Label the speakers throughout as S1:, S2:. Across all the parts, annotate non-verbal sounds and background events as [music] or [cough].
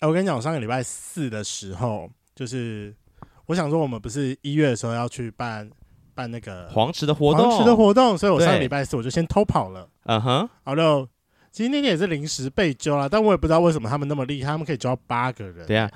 S1: 哎、我跟你讲，我上个礼拜四的时候，就是我想说，我们不是一月的时候要去办办那个
S2: 黄池的活动，
S1: 黄池的活动，所以我上个
S2: 对
S1: 礼拜四我就先偷跑了。
S2: 嗯哼，
S1: 好了，其实那天也是临时被揪啦，但我也不知道为什么他们那么厉害，他们可以揪到八个人。
S2: 等一下，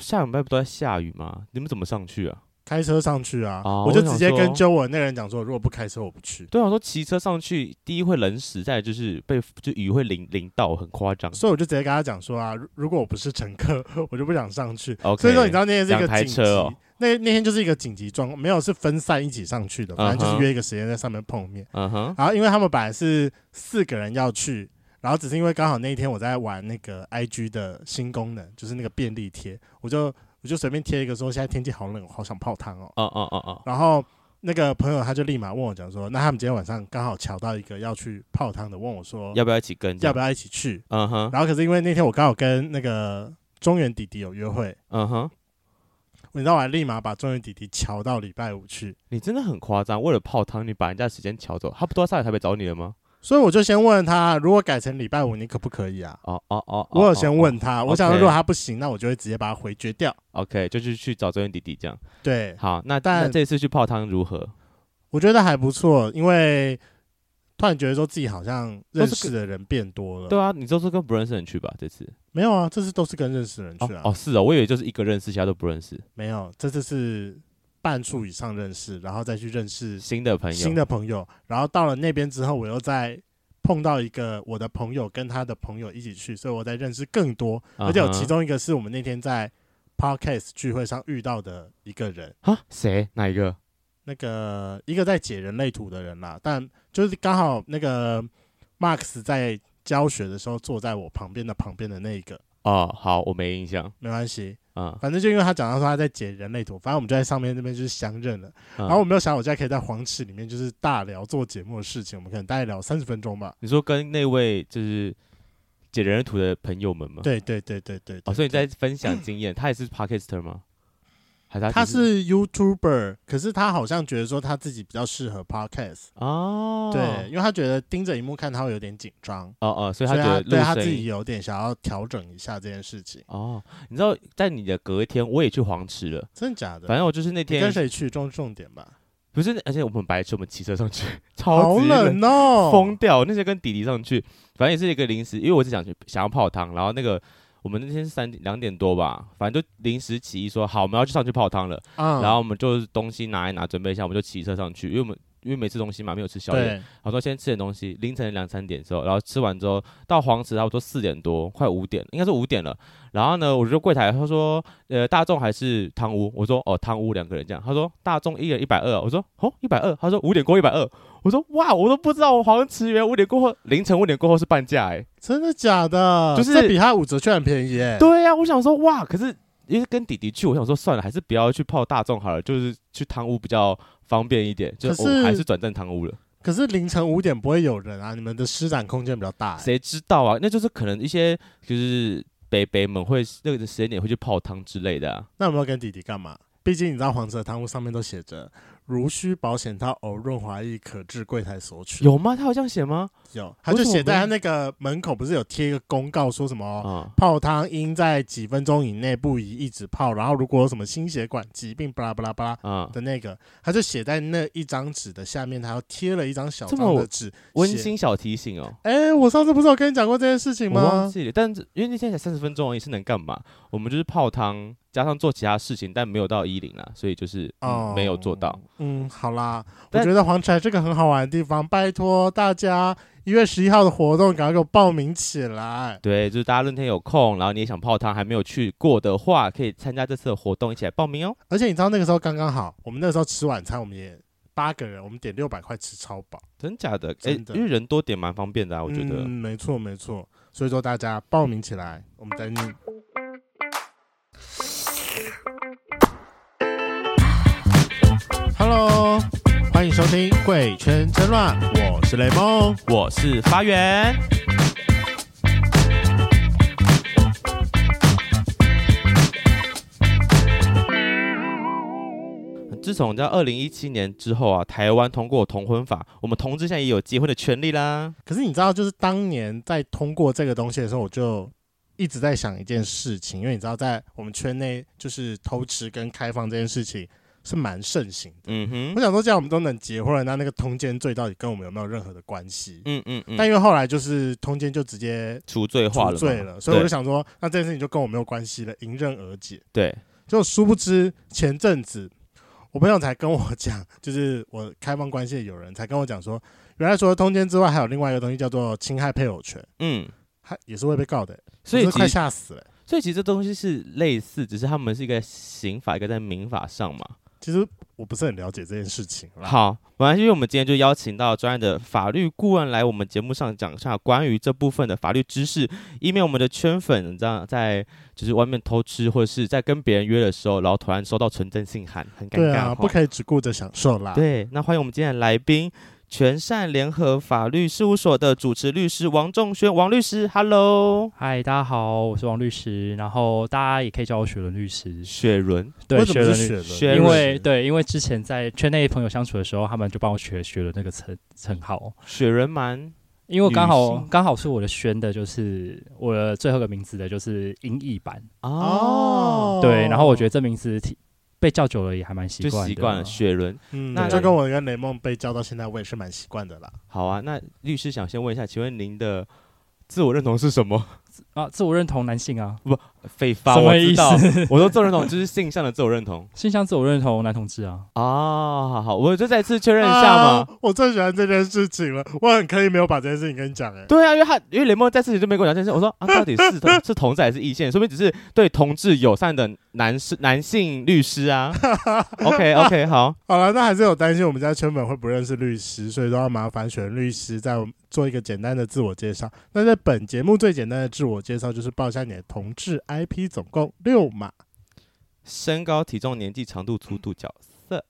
S2: 下礼拜不都在下雨吗？你们怎么上去啊？
S1: 开车上去啊，
S2: 哦
S1: 我就
S2: 我想
S1: 直接跟
S2: 说
S1: 揪我那个人讲说，如果不开车我不去。
S2: 对啊，我说骑车上去，第一会冷死，再来就是被就雨会淋淋到，很夸张。
S1: 所以我就直接跟他讲说啊，如如果我不是乘客，我就不想上去。
S2: OK，
S1: 所以说你知道那天是一个
S2: 两台
S1: 紧急，
S2: 车哦
S1: 那那天就是一个紧急状况，没有是分散一起上去的，反正就
S2: 嗯
S1: 是
S2: 哼
S1: 约一个时间在上面碰面。
S2: 嗯哼，
S1: 然后因为他们本来是四个人要去，然后只是因为刚好那一天我在玩那个 IG 的新功能，就是那个便利贴，我就我就随便贴一个说现在天气好冷，我好想泡汤哦。
S2: 哦哦哦哦，
S1: 然后那个朋友他就立马问我讲说，那他们今天晚上刚好瞧到一个要去泡汤的，问我说
S2: 哦要不要一起跟？
S1: 要不
S2: 要？
S1: 要一起去？
S2: 嗯哼，
S1: 然后可是因为那天我刚好跟那个中原弟弟有约会，
S2: 嗯哼，
S1: 你知道我还立马把中原弟弟瞧到礼拜五去，
S2: 你真的很夸张，为了泡汤你把人家的时间抢走，他不都要上来台北找你了吗？
S1: 所以我就先问他，如果改成礼拜五你可不可以啊？
S2: 哦哦哦，哦
S1: 我有先
S2: 哦
S1: 问他，我想说
S2: OK
S1: 如果他不行，那我就会直接把他回绝掉。
S2: 哦 OK，就是去找周元弟弟这样。
S1: 对，
S2: 好，那
S1: 但
S2: 那这次去泡汤如何？
S1: 我觉得还不错，因为突然觉得说自己好像认识的人变多了。
S2: 对啊，你都是跟不认识的人去吧？这次
S1: 没有啊，这次都是跟认识的人
S2: 哦
S1: 去啊，
S2: 哦是哦，我以为就是一个认识，其他都不认识，
S1: 没有，这次是半数以上认识，然后再去认识
S2: 新的朋友，
S1: 新的朋友，然后到了那边之后，我又再碰到一个我的朋友跟他的朋友一起去，所以我再认识更多，
S2: 嗯哼，
S1: 而且有其中一个是我们那天在 podcast 聚会上遇到的一个人，
S2: 啊谁哪一个？
S1: 那个一个在解人类图的人啦，但就是刚好那个 Max 在教学的时候坐在我旁边的旁边的那一个，
S2: 哦，好，我没印象。
S1: 没啊关系，
S2: 嗯，
S1: 反正就因为他讲到说他在解人类图，反正我们就在上面那边就是相认了。然
S2: 然
S1: 后我没有想，我现在可以在黄池里面就是大聊做节目的事情，我们可能大概聊三十分钟吧。
S2: 你说跟那位就是解人类图的朋友们吗？。
S1: 对对对对对
S2: 哦，所以你
S1: 对
S2: 在分享经验，他也是 podcaster 吗？还是
S1: 他
S2: 只是
S1: 是 YouTuber，可是他好像觉得说他自己比较适合 Podcast，、
S2: 哦，
S1: 对，，因为他觉得盯着荧幕看他会有点紧张，
S2: 哦哦，所以
S1: 所
S2: 他
S1: 以
S2: 觉得
S1: 对他
S2: 录
S1: 自
S2: 声
S1: 己
S2: 音。
S1: 有点想要调整一下这件事情，
S2: 哦，你知道，在你的隔一天，我也去黄池了。
S1: 真的假的？
S2: 反正我就是那
S1: 你
S2: 天
S1: 跟谁去重重点吧，
S2: 不是，而且我们很白痴，我们骑车上去，超
S1: 好
S2: 级
S1: 冷哦，
S2: 疯掉。那些跟弟弟上去，反正也是一个临时，因为我是想去想要泡汤，然后那个我们那天是三两点多吧，反正就临时起意说好，我们要去上去泡汤了，
S1: 啊
S2: 然后我们就是东西拿一拿，准备一下，我们就骑车上去，因为我们因为没吃东西嘛，没有吃宵夜，
S1: 对，
S2: 好说先吃点东西，凌晨两三点之后，然后吃完之后到黄池差不多四点多，快五点，应该是五点了。然后呢，我就柜台，他说，呃，大众还是汤屋？我说，哦，汤屋两个人这样。他说，大众一人一百二，我说，哦，一百二。他说五点过一百二，我说，哇，我都不知道黄池原来五点过后，凌晨五点过后是半价哎、
S1: 真的假的？
S2: 就是
S1: 这比他五折券很便宜耶，
S2: 对呀、啊我想说，哇，可是因为跟弟弟去，我想说算了，还是不要去泡大众好了，就是去汤屋比较方便一点，就
S1: 可
S2: 我、
S1: 是
S2: 还是转战汤屋了。
S1: 可是凌晨五点不会有人啊，你们的施展空间比较大耶，
S2: 谁知道啊？那就是可能一些就是北北们会那个时间点会去泡汤之类的、啊。
S1: 那有没有跟弟弟干嘛？毕竟你知道黄色的汤屋上面都写着“如需保险套偶润滑液可至柜台索取”，
S2: 有吗？他有这样写吗？
S1: 有，他就
S2: 为什么
S1: 写在他
S2: 不
S1: 那个门口，不是有贴一个公告说什
S2: 啊、
S1: 么泡汤应在几分钟以内不宜一直泡，然后如果有什么心血管疾病巴拉巴拉巴拉
S2: 啊、
S1: 的那个，他就写在那一张纸的下面，他又贴了一张小
S2: 这
S1: 张
S2: 么
S1: 的纸，
S2: 温
S1: 写。
S2: 馨小提醒哦。
S1: 哎、我上次不是有跟你讲过这件事情
S2: 我忘
S1: 吗？
S2: 记了，但是因为那天才三十分钟而已，是能干嘛？我们就是泡汤，加上做其他事情，但没有到一零啦，所以就是、嗯
S1: 哦
S2: 没有做到。
S1: 嗯，好啦，我
S2: 但
S1: 觉得黄柴这个很好玩的地方，拜托大家一月十一号的活动赶快给我报名起来。
S2: 对，就是大家那天有空，然后你也想泡汤还没有去过的话，可以参加这次的活动，一起来报名哦。
S1: 而且你知道那个时候刚刚好，我们那个时候吃晚餐，我们也八个人，我们点六百块吃超饱。
S2: 真假的？哎、
S1: 真的
S2: 因为人多点蛮方便的啊，我觉得。
S1: 嗯、没错没错。所以说大家报名起来，我们等你。Hello，欢迎收听《贵圈争乱》，我是雷梦。
S2: 我是发源。自从在二零一七年之后啊，台湾通过同婚法，我们同志现在也有结婚的权利啦。
S1: 可是你知道，就是当年在通过这个东西的时候，我就一一直在想一件事情，因为你知道，在我们圈内就是偷吃跟开放这件事情是蛮盛行的。
S2: 嗯
S1: 我
S2: 哼，
S1: 想说，既然我们都能结婚了，那那个通奸罪到底跟我们有没有任何的关系？
S2: 嗯嗯嗯，
S1: 但因为后来就是通奸就直接
S2: 除罪化
S1: 除
S2: 了，
S1: 罪，了，所以我
S2: 对
S1: 就想说，那这件事情就跟我没有关系了，迎刃而解。
S2: 对，
S1: 就殊不知前阵子我朋友才跟我讲，就是我开放关系的友人才跟我讲说，原来除了通奸之外，还有另外一个东西叫做侵害配偶权，
S2: 嗯，
S1: 他也是会被告的、
S2: 所以
S1: 我真的
S2: 其
S1: 快
S2: 实
S1: 吓死了、
S2: 所以其实这东西是类似，只是他们是一个刑法，一个在民法上嘛。
S1: 其实我不是很了解这件事情啦。
S2: 好，没关系，因为我们今天就邀请到专业的法律顾问来我们节目上讲一下关于这部分的法律知识，以免我们的圈粉这样在就是外面偷吃，或者是在跟别人约的时候，然后突然收到纯正信函，很尴尬。
S1: 对啊，
S2: 哈
S1: 不可以啊只顾着享受啦。
S2: 对，那欢迎我们今天的来宾，全善联合法律事务所的主持律师王仲轩，王律师，Hello，
S3: 嗨，大家好，我是王律师，然后大家也可以叫我雪伦律师。
S2: 雪伦，
S3: 对，
S1: 为什
S3: 雪
S1: 么
S3: 伦
S1: 是雪
S3: 律，
S2: 雪
S1: 伦？
S3: 因
S2: 伦
S3: 为对，因为之前在圈内朋友相处的时候，他们就帮我取了雪伦那个称称号，
S2: 雪人蛮，
S3: 因为我刚
S2: 女
S3: 好
S2: 性
S3: 刚好是我的轩的，就是我的最后一个名字的，就是音译版。
S2: 哦，
S3: 对，然后我觉得这名字挺被叫久了也还蛮习
S2: 就
S3: 惯的，
S2: 习惯了雪伦。
S1: 嗯，
S2: 那
S1: 那就跟我跟雷梦被叫到现在，我也是蛮习惯的啦。
S2: 好啊，那律师想先问一下，请问您的自我认同是什么？
S3: 啊，自我认同男性啊，
S2: 废话，
S3: 什么
S2: 我知
S3: 意
S2: 道， [laughs] 我说自我认同就是性向的自我认同
S3: 性向自我认同男同志啊。
S2: 哦，好好，我就再次确认一下嘛。
S1: 啊我最喜欢这件事情了，我很刻意没有把这件事情跟你讲哎、
S2: 对啊，因为他因为雷蒙在此就没跟我讲这件事，我说
S3: [laughs]
S2: 啊，到底是同是同志还是异性？说不定只是对同志友善的男士男性律师
S3: [laughs]
S2: 啊。OK OK，好，
S1: 好了，那还是有担心我们家圈粉会不认识律师，所以都要麻烦选律师在我们做一个简单的自我介绍。那在本节目最简单的自我介绍就是报一下你的同志 IP，总共六码。
S2: 身高、体重、年纪、长度、粗度、角色。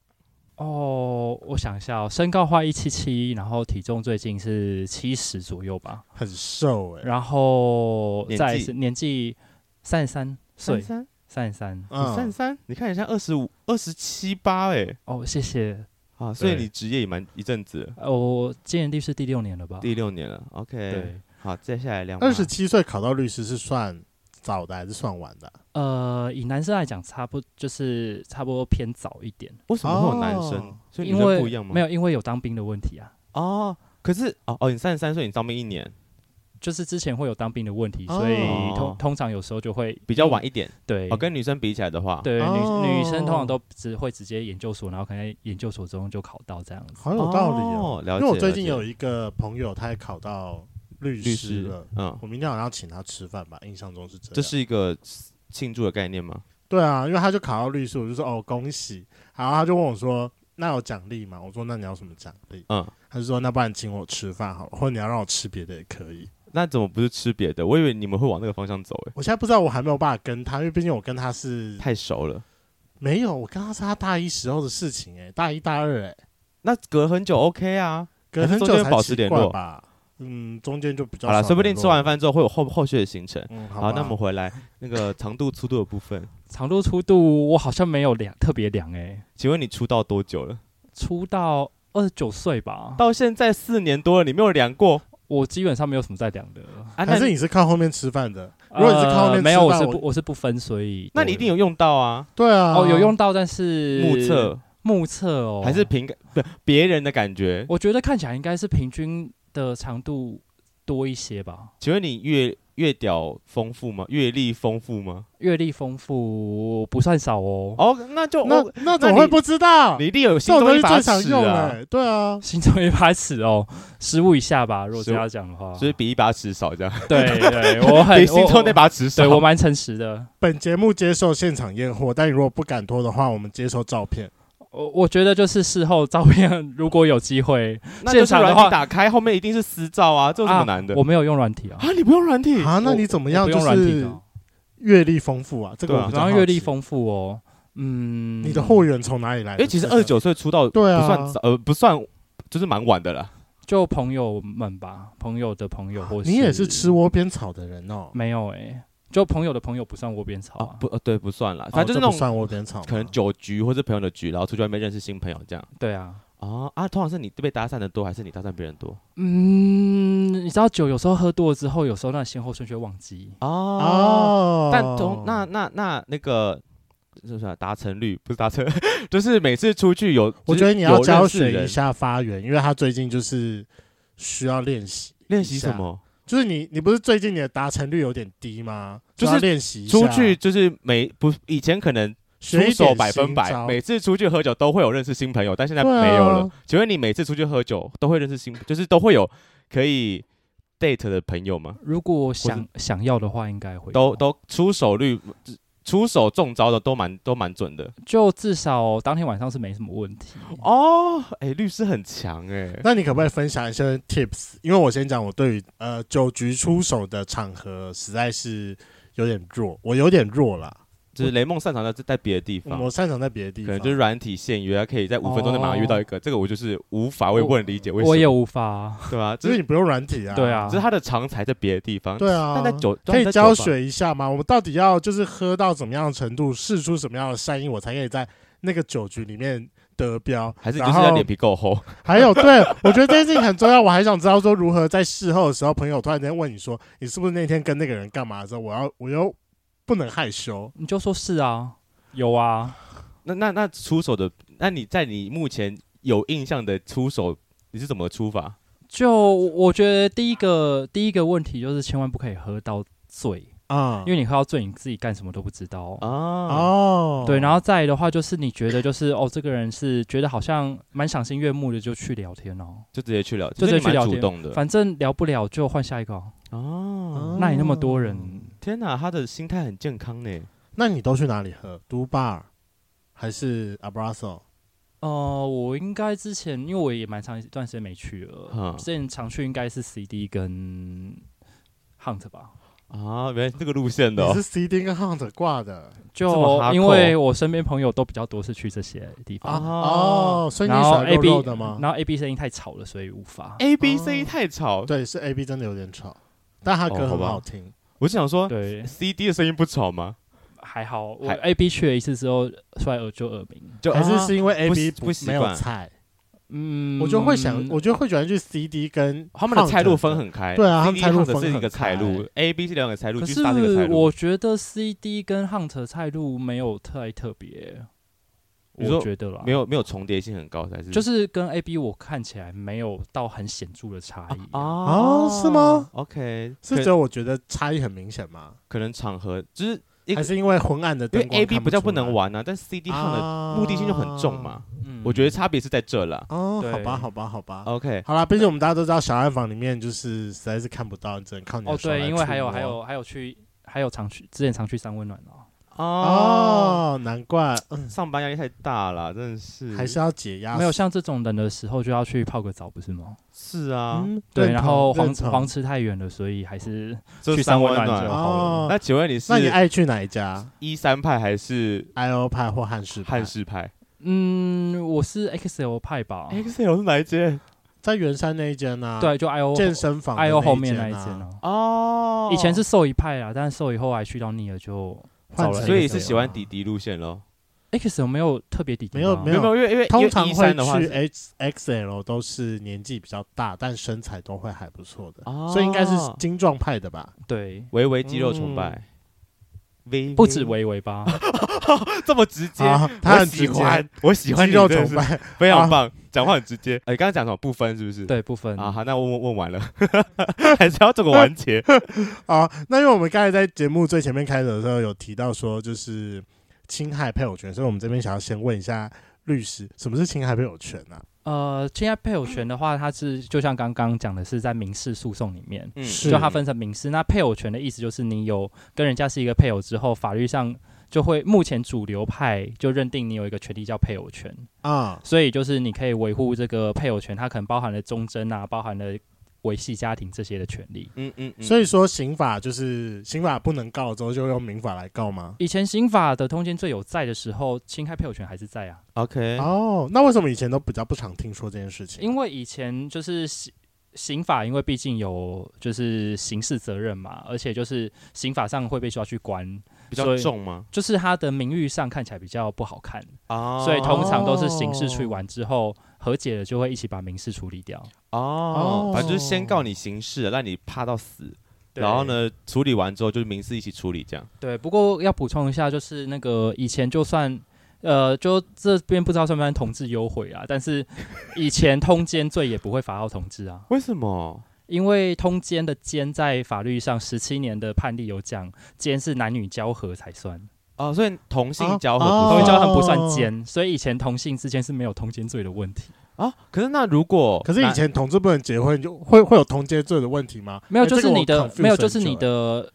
S3: 哦，我想一下、哦，身高话一七七，然后体重最近是七十左右吧。
S1: 很瘦哎、
S3: 然后
S2: 年
S3: 再
S2: 纪
S3: 是年纪三十三岁，
S2: 三，
S3: 三十三。
S2: 你三
S1: 嗯，
S2: 三，你看你像二十五、二十七八哎
S3: 哦，谢谢。
S2: 啊，所以
S3: 对
S2: 你职业也蛮一阵子了，
S3: 呃我今年律师第六年了吧？
S2: 第六年了。OK，
S3: 啊对，
S2: 好，接下来两
S1: 二十七岁考到律师是算早的还是算晚的啊？
S3: 呃，以男生来讲，差不就是差不多偏早一点，
S2: 为什么会有男生
S1: 哦？
S2: 所以女
S3: 因
S2: 生
S3: 为
S2: 不一样吗？
S3: 没有，因为有当兵的问题啊，
S2: 哦，可是哦哦，你三十三岁，你当兵一年，
S3: 就是之前会有当兵的问题，所以
S2: 哦
S3: 通通常有时候就会
S2: 比较晚一点。
S3: 对
S1: 嗯
S2: 哦，跟女生比起来的话，
S3: 对
S1: 哦
S3: 女女生通常都只会直接研究所，然后可能在研究所中就考到这样子。
S1: 好有道理哦。
S2: 哦，了
S1: 因
S2: 解。
S1: 为我最近
S2: 了解
S1: 有一个朋友，他也考到律
S2: 律
S1: 师
S2: 师
S1: 了。，
S2: 嗯，
S1: 我明天好像要请他吃饭吧，印象中是这样。
S2: 这是一个庆祝的概念吗？
S1: 对啊，因为他就考到律师，我就说哦恭喜，然后他就问我说那有奖励吗？我说那你要什么奖励？
S2: 嗯，
S1: 他就说那不然请我吃饭好了，或者你要让我吃别的也可以。
S2: 那怎么不是吃别的？我以为你们会往那个方向走，诶，
S1: 我现在不知道我还没有办法跟他，因为毕竟我跟他是
S2: 太熟了。
S1: 没有，我跟他是他大一时候的事情哎、大一大二哎、
S2: 那隔很久 OK 啊，
S1: 隔很
S2: 还是中
S1: 久
S2: 间
S1: 才
S2: 保持
S1: 习
S2: 联
S1: 惯
S2: 络
S1: 吧。嗯，中间就比较
S2: 好了，
S1: 少
S2: 说不定
S1: 联络
S2: 吃完，饭之后会有后后续的行程。
S1: 嗯，
S2: 好，
S1: 好吧，
S2: 那我们回来那个长度粗度的部分，
S3: 长度粗度我好像没有量特别量哎、
S2: 请问你出道多久了？
S3: 出道二十九岁吧，
S2: 到现在四年多了，你没有量过
S3: 我基本上没有什么在量的。
S2: 啊？那
S1: 还是
S2: 你
S1: 你是靠后面吃饭的？如果你是靠那边吃
S3: 呃没有，我
S1: 饭
S3: 是
S1: 我
S3: 不我是不分，所以
S2: 那你一定有用到啊，
S1: 对啊，
S3: 哦有用到，但是
S2: 目测
S3: 目测哦，
S2: 还是凭感不别人的感觉？
S3: 我觉得看起来应该是平均的长度多一些吧。
S2: 请问你阅阅屌丰富吗？阅历丰富吗？
S3: 阅历丰富不算少哦，
S2: 哦，那就
S1: 那
S2: 哦
S1: 那怎么
S2: 那
S1: 会
S2: 你
S1: 不知道？
S2: 你一定有
S1: 这
S2: 心
S1: 种
S2: 中
S1: 东
S2: 一
S1: 西
S2: 把
S1: 最常
S2: 尺
S1: 用
S2: 啊
S1: 哎、。对啊，
S3: 心中一把尺哦，十五以下吧。如果
S2: 15
S3: 这样讲的话，
S2: 所以比一把尺少 [laughs] 这样，
S3: 对对，我
S2: [laughs]
S3: 很
S2: 比心中那，
S3: 我
S2: 把尺少。
S3: 对我蛮诚实的。
S1: 本节目接受现场验货，但你如果不敢脱的话，我们接受照片。
S3: 我我觉得就是事后照片，如果有机会，
S2: [laughs] 那就是
S3: 现场的
S2: 软
S3: 话
S2: 体打开后面一定是私照啊，这有什么难的？
S3: 我没有用软体啊，
S2: 啊，你不用软体
S1: 啊，那你怎么样？
S3: 我不
S1: 就
S3: 用软体的
S1: 是
S3: 哦。
S1: 阅历丰富啊，这个
S2: 对啊
S1: 我比较
S3: 然后
S1: 好
S3: 阅历
S1: 奇，
S3: 丰富哦，嗯，
S1: 你的货源从哪里来
S2: 哎、
S1: 的？
S2: 其实
S1: 这
S2: 二
S1: 个
S2: 十，九岁出道不
S1: 对啊
S2: 算早，呃，不算，就是蛮晚的了。
S3: 就朋友们吧，朋友的朋友或
S1: 你也是吃窝边草的人
S2: 嗯
S1: 哦。
S3: 没有哎、就朋友的朋友不算窝边草
S2: 啊
S3: 啊，，
S2: 不，呃，对，不算了，
S1: 哦
S2: 反正就
S1: 这
S2: 是那
S1: 不
S2: 种、
S1: 算窝边草吗，
S2: 可能酒局或者朋友的局，然后出去外面认识新朋友这样。
S3: 对啊，
S2: 哦啊，通常是你被搭讪的多，还是你搭讪别人多？
S3: 嗯，你知道酒有时候喝多了之后，有时候那先后顺序会忘记。
S2: 哦，
S1: 哦，
S2: 但同那那那那个是不是啊达成率不是达成， [laughs] 就是每次出去有，
S1: 我觉得你
S2: 就
S1: 要
S2: 是有
S1: 教
S2: 认识
S1: 学
S2: 人
S1: 一下发源，因为他最近就是需要练习。
S2: 练习什么，
S1: 就是你，你不是最近你的达成率有点低吗？
S2: 就
S1: 所以
S2: 是
S1: 要练习一下
S2: 出去就是每不以前可能出
S1: 学一
S2: 手
S1: 点
S2: 百分
S1: 新
S2: 百，
S1: 招
S2: 每次出去喝酒都会有认识新朋友，但现在
S1: 对啊
S2: 没有了。请问你每次出去喝酒都会认识新，就是都会有可以 date 的朋友吗？
S3: 如果想想要的话，应该会
S2: 都
S3: 有
S2: 都出手率出手中招的都蛮都蛮准的
S3: 就至少当天晚上是没什么问题。
S2: 哦。哎、律师很强哎、
S1: [laughs] 那你可不可以分享一些 tips？因为我先讲，我对于呃酒局出手的场合实在是有点弱，我有点弱啦。
S2: 就是雷梦擅长的是在别的地方
S1: 我。擅长在别的地
S2: 可
S1: 方，哦
S2: 能就是软体限约，可以在五分钟内马上约到一个，这个我就是无法，我也不能理解为什么，
S3: 我也无法，
S2: 对啊，
S1: 就
S2: 就是是
S1: 你不用软体啊，
S3: 对，啊
S2: 只是，他的长才在别的地方，
S1: 对啊，
S2: 但在酒
S1: 可以
S2: 但在酒
S1: 教
S2: 吧
S1: 学一下吗？我们到底要就是喝到怎么样的程度，试出什么样的善意，我才可以在那个酒局里面得标？
S2: 还是你
S1: 然
S2: 就是
S1: 后
S2: 要脸皮够厚，
S1: 还有，对 [laughs] 我觉得这件事情很重要。我还想知道说，如何在事后的时候，朋友突然间问你说，你是不是那天跟那个人干嘛的时候，我要我又不能害羞。
S3: 你就说是啊，有啊，
S2: 那那那出手的，那你在你目前有印象的出手，你是怎么出法？
S3: 就我觉得第一个第一个问题就是千万不可以喝到醉，
S1: 啊
S3: 因为你喝到醉，你自己干什么都不知道。
S2: 啊，
S1: 哦，
S3: 对，然后再来的话就是你觉得就是哦，这个人是觉得好像蛮赏心悦目的，就去聊天哦。
S2: 就直接去聊天，
S3: 就直接
S2: 所以你蛮
S3: 去聊天
S2: 主动的
S3: 反正聊不了就换下一个、哦。
S1: 嗯
S2: 哦。
S3: 那你那么多人，
S2: 天哪，他的心态很健康呢。
S1: 那你都去哪里喝？都坝还是 Abrazo？
S3: 呃，我应该之前因为我也蛮长一段时间没去了
S1: 啊呃
S2: 嗯，
S3: 之前常去应该是 CD 跟 Hunt 吧。
S2: 啊，原来是这个路线的
S1: 你
S2: 哦
S1: 是 CD 跟 Hunt 挂的
S2: 这么
S3: 就
S2: hardcore
S3: 因为我身边朋友都比较多是去这些地
S1: 啊
S3: 方，
S1: 哦，所以你
S3: 然
S1: 喜
S3: 后
S1: 欢
S3: A
S1: 肉
S3: B
S1: 肉的吗？哎
S3: 然后 A B 声音太吵了，所以无法。
S2: ，A B C 太吵，
S1: 嗯对，是 A B 真的有点吵，但他歌
S2: 哦好
S1: 很
S2: 吧
S1: 好听。
S2: 我是想说
S1: 哎
S3: 对，
S2: C D 的声音不吵吗？
S3: 还好我
S2: 还
S3: A B 去了一次之后，摔耳就耳鸣。
S2: 就
S1: 还是
S2: 啊
S1: 是因为 A
S2: 不
S1: B
S2: 习不习
S1: 没有
S2: 惯
S1: 菜，
S3: 嗯，
S1: 我就会想，我就会喜欢去 C D 跟
S2: 他们的
S1: Hunt
S2: 菜路分很开，
S1: 对啊他
S2: c
S1: 们
S2: D
S1: 菜路分
S2: 是一个
S1: 很
S2: 菜路，A B 是两个菜路，
S3: 可
S2: 就是是搭这个菜路。
S3: 我觉得 CD 跟 Hunt 菜路没有太特别，
S2: 你说
S3: 我觉得啦，
S2: 没有没有重叠性很高，还是
S3: 就是跟 AB 我看起来没有到很显著的差异
S2: 啊
S3: 啊。
S1: 是吗
S2: ？OK，
S1: 是
S2: 可
S1: 只有我觉得差异很明显吗？
S2: 可能场合就是一
S1: 还
S2: 个，
S1: 是因为昏暗的
S2: 因
S1: 灯
S2: 为
S1: 光
S2: A B
S1: 看
S2: 不叫
S1: 出
S2: 不能
S1: 来
S2: 玩啊，但 C D 上的
S1: 啊
S2: 目的性就很重嘛。
S3: 嗯
S2: 我觉得差别是在这啦。
S1: 哦，
S3: 对
S1: 好吧，好吧，好吧。
S2: OK，
S1: 好啦，毕竟我们大家都知道，小暗房里面就是实在是看不到，你只能靠你的
S3: 哦，
S1: 手来
S3: 对，因为还有
S1: 触摸啊
S3: 还有还有去还有常去之前常去三温暖哦。
S2: 哦，
S1: 哦，难怪嗯
S2: 啊上班压力太大了，真的是
S1: 还是要解压。
S3: 没有像这种冷的时候就要去泡个澡，不是吗？
S2: 是啊，
S1: 嗯，
S3: 对，
S1: 认
S3: 然
S1: 同
S3: 后黄
S1: 认同
S3: 黄池太远了，所以还是
S2: 就
S3: 去
S2: 三
S3: 三温
S2: 温
S3: 暖就
S2: 暖。
S3: 好了。
S1: 哦，
S2: 那请问你是
S1: 那你爱去哪一家
S2: 一三派还是
S1: ？I O 派或汉室派？
S2: 汉式派
S3: 嗯，我是 XL 派吧，
S2: ？XL 是哪一间？
S1: 在圆山那一间呢？，
S3: 对，就 IO
S1: 健身房的
S3: IO 后面
S1: 那
S3: 那一
S1: 间
S3: 间
S1: 啊
S3: 哦。
S2: 哦，
S3: 以前是瘦一派啊啦，但是瘦以后来去到腻了就
S1: 换
S3: 走了
S1: 成
S2: 哦所以
S1: XL
S2: 是喜欢迪迪路线咯。
S3: X 有没有特别底啊底
S1: 没有
S3: 吗
S1: 没
S2: 没有，没有因为因为
S1: 通常会
S2: 一三的话
S1: 去
S2: 是，
S1: X X L 都是年纪比较大，但身材都会还不错的，
S2: 哦
S1: 所以应该是精壮派的
S3: [laughs]
S1: 吧？
S3: 对，
S2: 微微肌肉崇拜。微
S3: 不止维维吧，
S2: [laughs]
S1: 嗯
S2: 这么直接，
S1: 啊，他
S2: 我
S1: 很
S2: 喜
S1: 直接
S2: 欢，我喜欢
S1: 肌
S2: 你
S1: 肉
S2: 真的
S1: 崇
S2: 是
S1: 拜，
S2: 非常棒，讲话很直接。哎，刚刚讲什么不分是不是？
S3: 对部分
S2: 啊，好，那问问问完了， [laughs] 还是要这个完结。
S1: 啊，那因为我们刚才在节目最前面开始的时候有提到说，就是侵害配偶权，所以我们这边想要先问一下律师，什么是侵害配偶权啊？
S3: 呃，侵害配偶权的话，它是就像刚刚讲的，是在民事诉讼里面，
S2: 嗯
S1: 是
S3: 就它分成民事。那配偶权的意思就是你有跟人家是一个配偶之后，法律上就会目前主流派就认定你有一个权利叫配偶权，
S1: 啊，
S3: 所以就是你可以维护这个配偶权，它可能包含了忠贞啊，包含了维系家庭这些的权利。
S2: 嗯嗯，
S1: 所
S2: 以
S1: 以说刑法就是刑法不能告之后，就用民法来告吗？
S3: 以前刑法的通奸罪有在的时候，侵害配偶权还是在啊。
S2: OK，
S1: 哦，那为什么以前都比较不常听说这件事情？
S3: 因为以前就是刑刑法，因为毕竟有就是刑事责任嘛，而且就是刑法上会被需要去关，
S2: 比较
S3: 所以
S2: 重吗？
S3: 就是他的名誉上看起来比较不好看，
S2: 啊，
S3: 所以通常都是刑事处理完之后和解了，就会一起把民事处理掉。
S2: 哦
S1: 哦，
S2: 反正就是先告你刑事，让你怕到死，
S3: 对
S2: 然后？呢，处理完之后就是民事一起处理这样。
S3: 对，不过要补充一下，就是那个以前就算。呃，就这边不知道算不算同志优惠啊？但是以前通奸罪也不会罚到同志啊，
S2: 为什么？
S3: 因为通奸的奸在法律上十七年的判例有讲，奸是男女交合才算，
S2: 哦，所以同性交合
S1: 哦
S2: 不
S3: 同
S1: 性
S2: 算
S3: 性交
S1: 交
S3: 合
S1: 合
S3: 不
S1: 不
S3: 算
S1: 算
S3: 奸，
S1: 奸
S3: 所以以前同性之间是没有通奸罪的问题。
S1: 哎
S2: 啊？可是那如果
S1: 可是以
S2: 那
S1: 前同志不能结婚，就会会有同阶罪的问题吗？
S3: 没有，
S1: 哎
S3: 就
S1: 这
S3: 是
S1: 个我
S3: 你的
S1: confuse
S3: 没有，就是
S1: 很久
S3: 你
S1: 了
S3: 的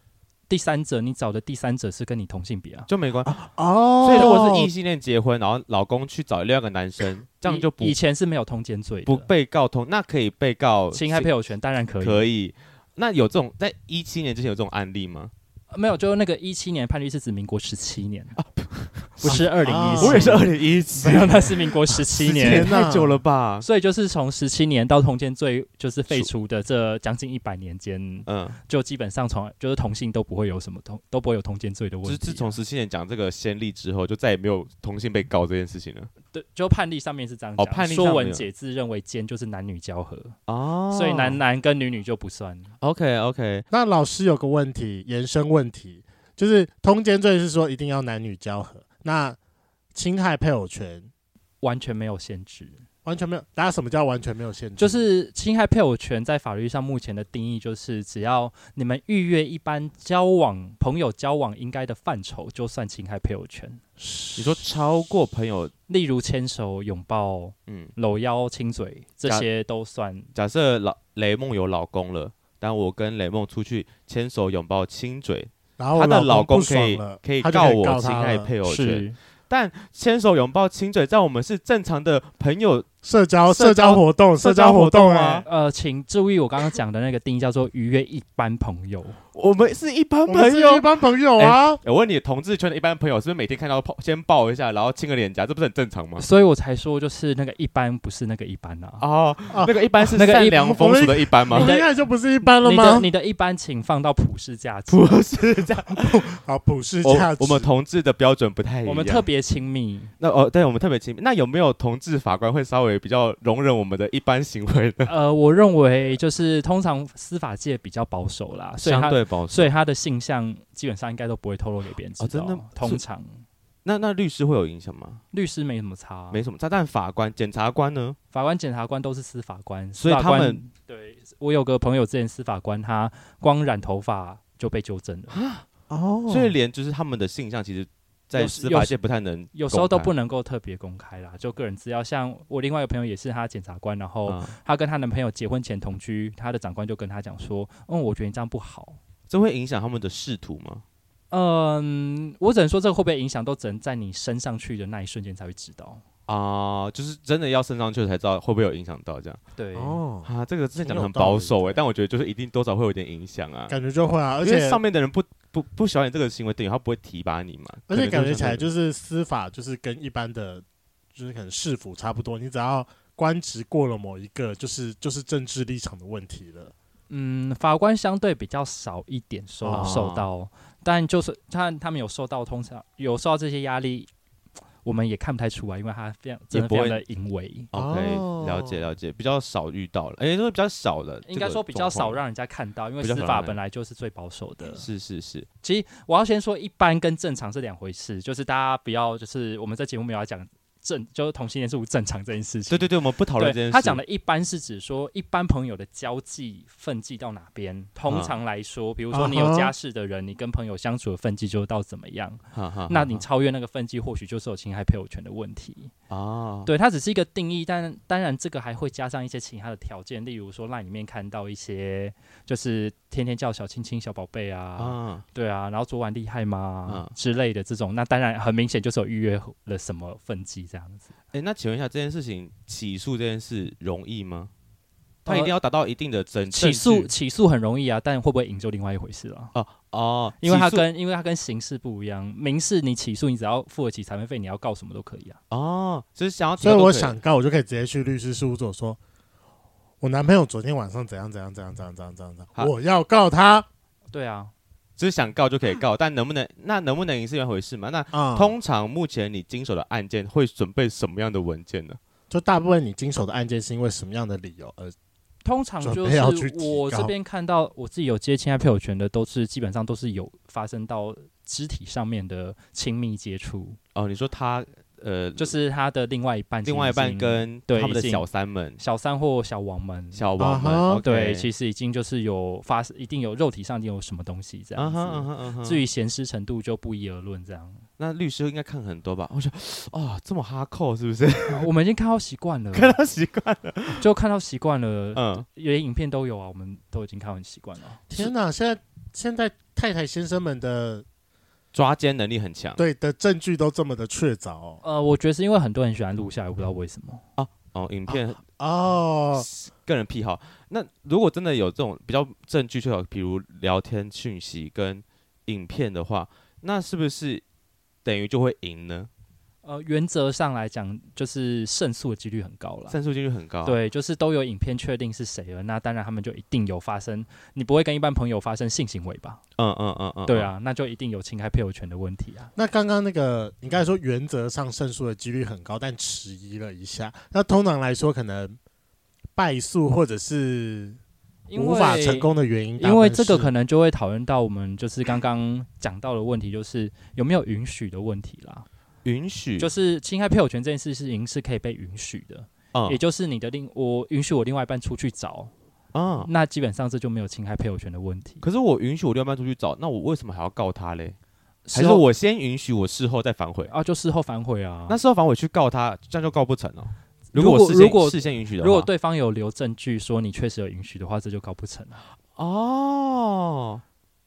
S3: 第三者，你找的第三者是跟你同性别啊，
S2: 就没关系。
S1: 哦。
S2: 所以如果是异性恋结婚，然后老公去找另外一个男生，
S1: 嗯
S2: 这样
S3: 以
S2: 就不
S3: 以前是没有通奸罪的，
S2: 不被告同，那可以被告
S3: 侵害配偶权当然可以，
S2: 可以。那有这种在一七年之前有这种案例吗？
S3: 没有，就那个一七年判例是指民国十七年，不是二零一
S1: 啊
S3: 七，
S1: 我也是
S2: 二零一七
S3: [laughs] 没有，那是民国十
S1: [laughs]
S3: 七
S1: 17
S3: 年
S1: 年。
S2: 太
S1: 呐
S2: 久了吧？
S3: 所以就是从十七年到通奸罪就是废除的这将近一百年间，
S2: 嗯，
S1: 啊
S3: 就基本上从就是同性都不会有什么通都不会有通奸罪的问
S2: 就
S3: 题啊、
S2: 是自从十七年讲这个先例之后，就再也没有同性被告这件事情了。
S3: 对就判例上面是这样
S2: 哦
S3: 讲，
S2: 判例上
S3: 说
S2: 没
S3: 文
S2: 有
S3: 解字认为奸就是男女交合，
S2: 哦
S3: 所以男男跟女女就不算。
S2: OK OK，
S1: 那老师有个问题，延伸问题，就是通奸罪是说一定要男女交合，那侵害配偶权
S3: 完全没有限制，
S2: 嗯
S1: 完全没有。大家什么叫完全没有限制？
S3: 就是侵害配偶权在法律上目前的定义就是，只要你们逾越一般交往朋友交往应该的范畴，就算侵害配偶权。
S2: 你说超过朋友，
S3: 例如牵手、拥抱、
S2: 嗯，
S3: 搂腰、亲嘴，这
S2: 假
S3: 些都算。
S2: 假设老雷梦有老公了，但我跟雷梦出去牵手、拥抱、亲嘴，
S1: 然后
S2: 她的老
S1: 啊公
S2: 公
S1: 不
S2: 可
S1: 爽
S2: 以
S1: 了，
S2: 可以
S1: 他就
S2: 告
S1: 告
S2: 我
S1: 他
S2: 侵害
S1: 了
S2: 配偶权，
S3: 是，
S2: 但牵手、拥抱、亲嘴，在我们是正常的朋友
S1: 社交社
S2: 社交
S1: 交活动社
S2: 交活
S1: 活
S2: 动
S1: 哎
S2: 啊
S3: 呃，请注意我刚刚讲的那个定义叫做逾越一般朋友。
S2: 我们是一般
S1: 欸我们
S2: 朋
S1: 是
S2: 友
S1: 一。般朋友啊。
S2: 我问你，同志圈的一般朋友是不是每天看到抱先抱一下，然后亲个脸颊，这不是很正常吗？
S3: 所以我才说，就是那个一般不是那个一般啊。
S2: 哦，
S1: 啊
S2: 那个一般是
S3: 那个
S2: 善
S3: 一
S2: 良风俗的一般
S1: 我
S2: 吗？
S1: 们一开始就不是一般了
S3: 你的
S1: 吗？
S3: 你的一般，请放到普世价值。
S2: 不是这样，
S1: 好，普世
S2: 我
S1: 价值。
S2: 我们同志的标准不太一样。
S3: 我们特别亲密，
S2: 那哦，对，我们特别亲密。那有没有同志法官会稍微比较容忍我们的一般行为呢？
S3: 呃，我认为就是通常司法界比较保守啦，所以
S2: 相
S3: 他
S2: 对保守。
S3: 所以他的性向基本上应该都不会透露给别人知道。
S2: 哦真的吗
S3: 通常
S2: 那那律师会有影响吗？
S3: 律师没什么差、啊
S2: 没什么。但但法官、检察官呢？
S3: 法官、检察官都是司法官，
S2: 所以
S3: 司法官
S2: 他们
S3: 对我有个朋友之前司法官，他光染头发就被纠正了，
S1: 哦，
S2: 所以连就是他们的性向，其实，在
S3: 有时
S2: 司法
S3: 有
S2: 界不太能公开，
S3: 有时候都不能够特别公开啦，就个人资料。像我另外一个朋友也是他检察官，然后
S2: 啊。
S3: 他跟他男朋友结婚前同居，他的长官就跟他讲说，嗯，我觉得你这样不好。
S2: 这会影响他们的仕途吗？
S3: 嗯，我只能说这个会不会影响，都只能在你升上去的那一瞬间才会知道。
S2: 啊、就是真的要升上去才知道会不会有影响到这样
S3: 对，
S1: 哦，
S2: 啊。这个之前讲
S1: 挺
S2: 的
S1: 有
S2: 很
S1: 道理
S2: 保守哎、
S1: 的
S2: 但我觉得就是一定多少会有点影响啊，
S1: 感觉就会啊，而
S2: 因为
S1: 且
S2: 上面的人不不不喜欢你这个行为，等于他不会提拔你嘛。
S1: 而且感觉起来
S2: 是
S1: 就是司法就是跟一般的，就是可能市府差不多，你只要官职过了某一个，就是就是政治立场的问题了。
S3: 嗯，法官相对比较少一点受、
S2: 哦
S3: 受到，但就是他他们有受到，通常有受到这些压力，我们也看不太出来，因为他非常真的
S2: 不
S3: 非
S2: 会
S3: 常的淫为，
S2: OK，、了解了解，比较少遇到了，哎、都是比较少的，
S3: 应该说比较少让人家看到，因为
S2: 比较
S3: 司
S2: 少让
S3: 法
S2: 人
S3: 本来就是最保守的。
S2: 是是是，
S3: 其实我要先说，一般跟正常是两回事，就是大家不要就是我们在节目没有要讲正，就是同性恋是不正常这件事情。
S2: 对对对，我们不讨论这件
S3: 对
S2: 事。
S3: 他讲的一般是指说一般朋友的交际分际到哪边。通
S2: 啊
S3: 常来说，比如
S1: 啊
S3: 说
S1: 哈
S3: 你有家室的人，你跟朋友相处的分际就到怎么样？
S2: 哈，哈哈
S3: 那你超越那个分际，或许就是有侵害配偶权的问题。
S2: 啊，
S3: 对，它只是一个定义，但当然这个还会加上一些其他的条件，例如说那里面看到一些就是天天叫小亲亲、小宝贝啊，
S2: 啊，
S3: 对啊，然后昨晚厉害吗、
S2: 嗯
S3: 之类的这种，那当然很明显就是有预约了什么分际这样子。
S2: 哎、那请问一下，这件事情起诉这件事容易吗？他一
S3: 呃
S2: 定要达到一定的整
S3: 起诉
S2: 证据
S3: 起诉很容易啊，但会不会赢就另外一回事了、
S2: 哦，
S3: 因为它
S2: 起诉
S3: 跟因为它跟刑事不一样，民事你起诉你只要付得起裁判费，你要告什么都可以啊。
S2: 哦，就是想要提
S1: 所
S2: 高
S1: 以
S2: 都可，
S1: 我想告，我就可以直接去律师事务所说，我男朋友昨天晚上怎样怎样怎样怎样怎样怎样怎
S2: 好
S1: 样，我要告他。
S3: 对啊，
S2: 就是想告就可以告，但能不能那能不能赢是一回事嘛？那
S1: 啊，
S2: 通常目前你经手的案件会准备什么样的文件呢？
S1: 就大部分你经手的案件是因为什么样的理由呃而
S3: 通常
S1: 准
S3: 就
S1: 备要去
S3: 是
S1: 提
S3: 我这
S1: 高
S3: 边看到我自己有接侵害配偶权的，都是基本上都是有发生到肢体上面的亲密接触，
S2: 哦，你说他呃，
S3: 就是他的嗯另外一半，
S2: 另外一半跟
S3: 对
S2: 他们的
S3: 已经
S2: 小三们、
S3: 小三或小王们，
S2: 小王们
S1: 啊哈
S2: OK
S3: 对，其实已经就是有发生，一定有肉体上一定有什么东西这
S2: 啊
S3: 样
S2: 哈啊
S3: 子。
S2: 哈啊哈
S3: 至于闲适程度就不一而论，这样、
S2: 那律师应该看很多吧？我想，哦，这么哈扣是不是？
S3: 啊我们已经看到习惯了，
S2: [laughs] 看到习惯了。
S3: 就看到习惯了，
S2: 嗯，
S3: 连影片都有啊，我们都已经看到很习惯了。
S1: 天哪！现在现在太太先生们的
S2: 抓奸能力很强。
S1: 对的证据都这么的确凿哦
S3: 呃，我觉得是因为很多人喜欢录下来，我不知道为什么。
S2: 哦，影片
S1: 哦，
S2: 个人癖好。那如果真的有这种比较证据确凿，比如聊天讯息跟影片的话，那是不是等于就会赢呢？
S3: 呃，原则上来讲，就是胜诉的几率很高了。
S2: 胜诉几率很高。，啊
S3: 对，就是都有影片确定是谁了，那当然他们就一定有发生，你不会跟一般朋友发生性行为吧？
S2: 嗯嗯嗯嗯，
S3: 对啊，那就一定有侵害配偶权的问题啊。
S1: 那刚刚那个你刚才说原则上胜诉的几率很高，但迟疑了一下。那通常来说，可能败诉或者是
S3: 因为
S1: 无法成功的原因，
S3: 因为这个
S1: 能
S3: 可能就会讨论到我们就是刚刚讲到的问题，就是有没有允许的问题啦。
S2: 嗯，允许
S3: 就是是侵害配偶权这件事情是可以被允许的，
S2: 嗯
S3: 也就是你的另我允许我另外一半出去找，
S2: 啊。
S3: 那基本上这就没有侵害配偶权的问题。
S2: 可是我允许我另一半出去找，那我为什么还要告他嘞？还
S3: 事
S2: 是
S3: 后
S2: 我先允许，我事后再反悔？
S3: 啊，就事后反悔啊。
S2: 那事后反悔去告他，这样就告不成哦。
S3: 如
S2: 果
S3: 果
S2: 我事先
S3: 如果
S2: 事先允许的话，
S3: 如果对方有留证据说你确实有允许的话，这就告不成啊了。
S2: 哦，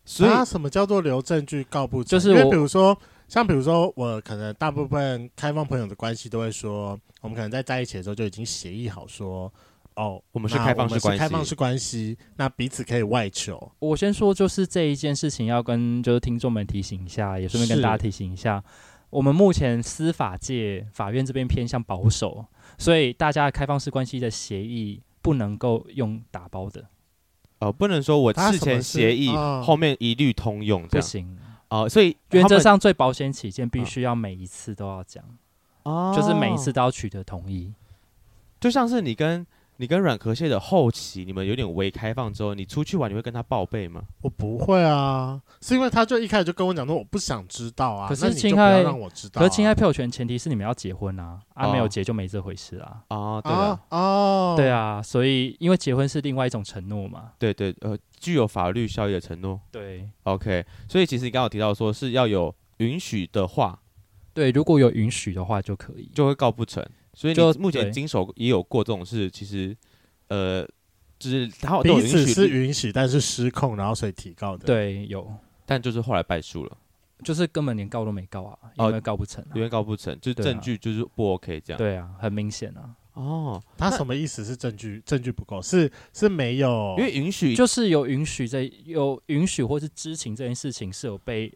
S2: 所以
S1: 啊，什么叫做留证据告不成？
S3: 就是
S1: 因为
S3: 我
S1: 比如说，像比如说，我可能大部分开放朋友的关系都会说，我们可能在在一起的时候就已经协议好说，哦，
S2: 我
S1: 我
S2: 们是开放式
S1: 们
S2: 关
S1: 是
S2: 系，
S1: 开放式关系，那彼此可以外求。
S3: 我先说，就是这一件事情要跟就是听众们提醒一下，也顺便
S1: 是
S3: 跟大家提醒一下，我们目前司法界法院这边偏向保守，所以大家的开放式关系的协议不能够用打包的，
S2: 呃，不能说我
S1: 他
S2: 事
S1: 什么
S2: 前
S1: 事
S2: 协议，
S1: 啊
S2: 后面一律通用这
S3: 不
S2: 样
S3: 行。
S2: 哦，所以
S3: 原
S2: 他
S3: 则
S2: 们嗯
S3: 上，最保险起见，必须要每一次都要讲，
S2: 哦
S3: 就是每一次都要取得同意。
S2: 就像是你跟你跟软壳蟹的后期，你们有点微开放之后，你出去玩你会跟他报备吗？
S1: 我不会啊，是因为他就一开始就跟我讲说我不想知道啊，
S3: 可是
S1: 那你就
S3: 侵
S1: 不
S3: 害
S1: 要让我知道、啊。
S3: 可是侵害配偶权前提是你们要结婚啊，啊
S2: 哦
S3: 没有结就没这回事啊。
S2: 哦，对
S1: 啊
S2: 了，
S1: 哦，
S3: 对，啊，所以因为结婚是另外一种承诺嘛。
S2: 对对，呃，具有法律效益的承诺。
S3: 对
S2: OK，所以其实你刚刚有提到说是要有允许的话，
S3: 对，如果有允许的话就可以。
S2: 就会告不成。所以
S3: 就
S2: 你目前
S3: 对
S2: 经手也有过这种事，其实呃，就是他都有
S1: 彼此
S2: 允
S1: 是
S2: 许，
S1: 允许，但是失控，然后所以提告的。，
S3: 对，有，
S2: 但就是后来败诉了，
S3: 就是根本连告都没告啊，
S2: 哦
S3: 因为告不成、啊。
S2: 因为告不成，就是
S3: 对啊
S2: 证据就是不 OK 这样。
S3: 对啊，很明显啊，
S2: 哦，
S1: 他什么意思是证据？证据不够，是是没有，
S2: 因为允许
S3: 就是有允许这有允许或是知情这件事情是有被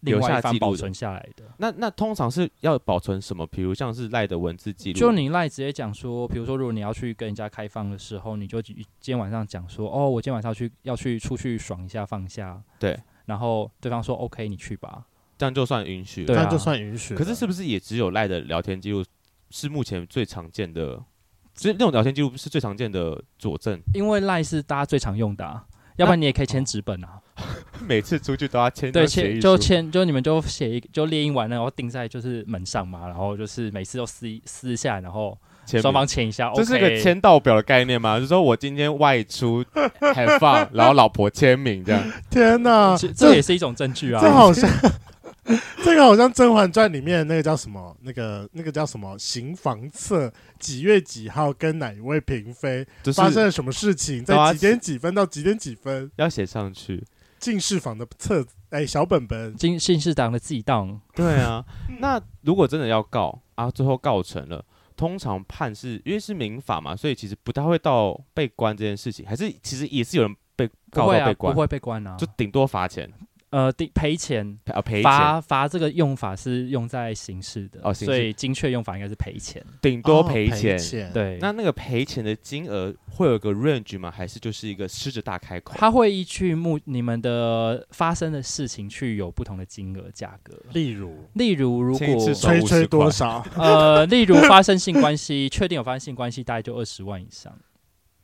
S3: 另
S2: 留
S3: 外
S2: 下
S3: 一方
S2: 记录
S3: 保
S2: 的
S3: 存下来的。
S2: 那那通常是要保存什么？比如像是赖的文字记录，
S3: 就你赖直接讲说，比如说，如果你要去跟人家开放的时候，你就今天晚上讲说，哦，我今天晚上要去要去出去爽一下放下。
S2: 对，
S3: 然后对方说 OK，你去吧。
S2: 这样就算允许了。
S1: 这
S3: 对啊
S1: 样就算允许了。
S2: 可是是不是也只有赖的聊天记录是目前最常见的？就是那种聊天记录是最常见的佐证，
S3: 因为赖是大家最常用的、啊，要不然你也可以签纸本啊。
S2: 每次出去都要签一张哦
S3: 对，
S2: 协
S3: 签
S2: 议
S3: 就
S2: 书
S3: 签就你们就写一就列印完了，然后钉在就是门上嘛，然后就是每次都撕一撕一下，然后
S2: 签名
S3: 双方签一下。
S2: 这是个
S3: OK
S2: 签到表的概念吗？就是说我今天外
S3: [laughs]
S2: 出很放，然后老婆签名这样。
S1: 天
S2: 啊
S1: 哪，
S3: 这这也是一种证据啊。
S1: 这好像 [laughs] 这个好像《甄嬛传》里面那个叫什么？那个那个叫什么？行房册几月几号跟哪一位嫔妃
S2: 就是
S1: 发生了什么事情？
S2: 对啊
S1: 在几点几分到几点几分？
S2: 要写上去。
S1: 进士房的册子哎小本本，
S3: 金信誓党的自己当，
S2: 对啊，
S3: 嗯
S2: 那如果真的要告啊，最后告成了，通常判是因为是民法嘛，所以其实不太会到被关这件事情，还是其实也是有人被
S3: 不
S2: 告
S3: 会
S2: 到
S3: 啊，
S2: 被
S3: 不
S2: 关，
S3: 会被关啊
S2: 就。顶多罚钱。
S3: 呃定赔钱，
S2: 啊赔钱，
S3: 罚罚这个用法是用在刑事的，
S2: 哦刑事
S3: 所以精确用法应该是赔钱。
S2: 顶多
S1: 哦
S2: 赔钱。
S1: 钱，
S3: 对，
S2: 嗯那那个赔钱的金额会有个 range 吗？还是就是一个狮子大开口？
S3: 他会依据目你们的发生的事情去有不同的金额价格。
S1: 例如
S3: 例如，如
S2: 请你吃
S3: 果
S2: 手
S1: 吹
S2: 50
S1: 吹
S2: 块
S1: 多少？
S3: 呃，例如发生性关系，确定有发生性关系，大概就二十万以上。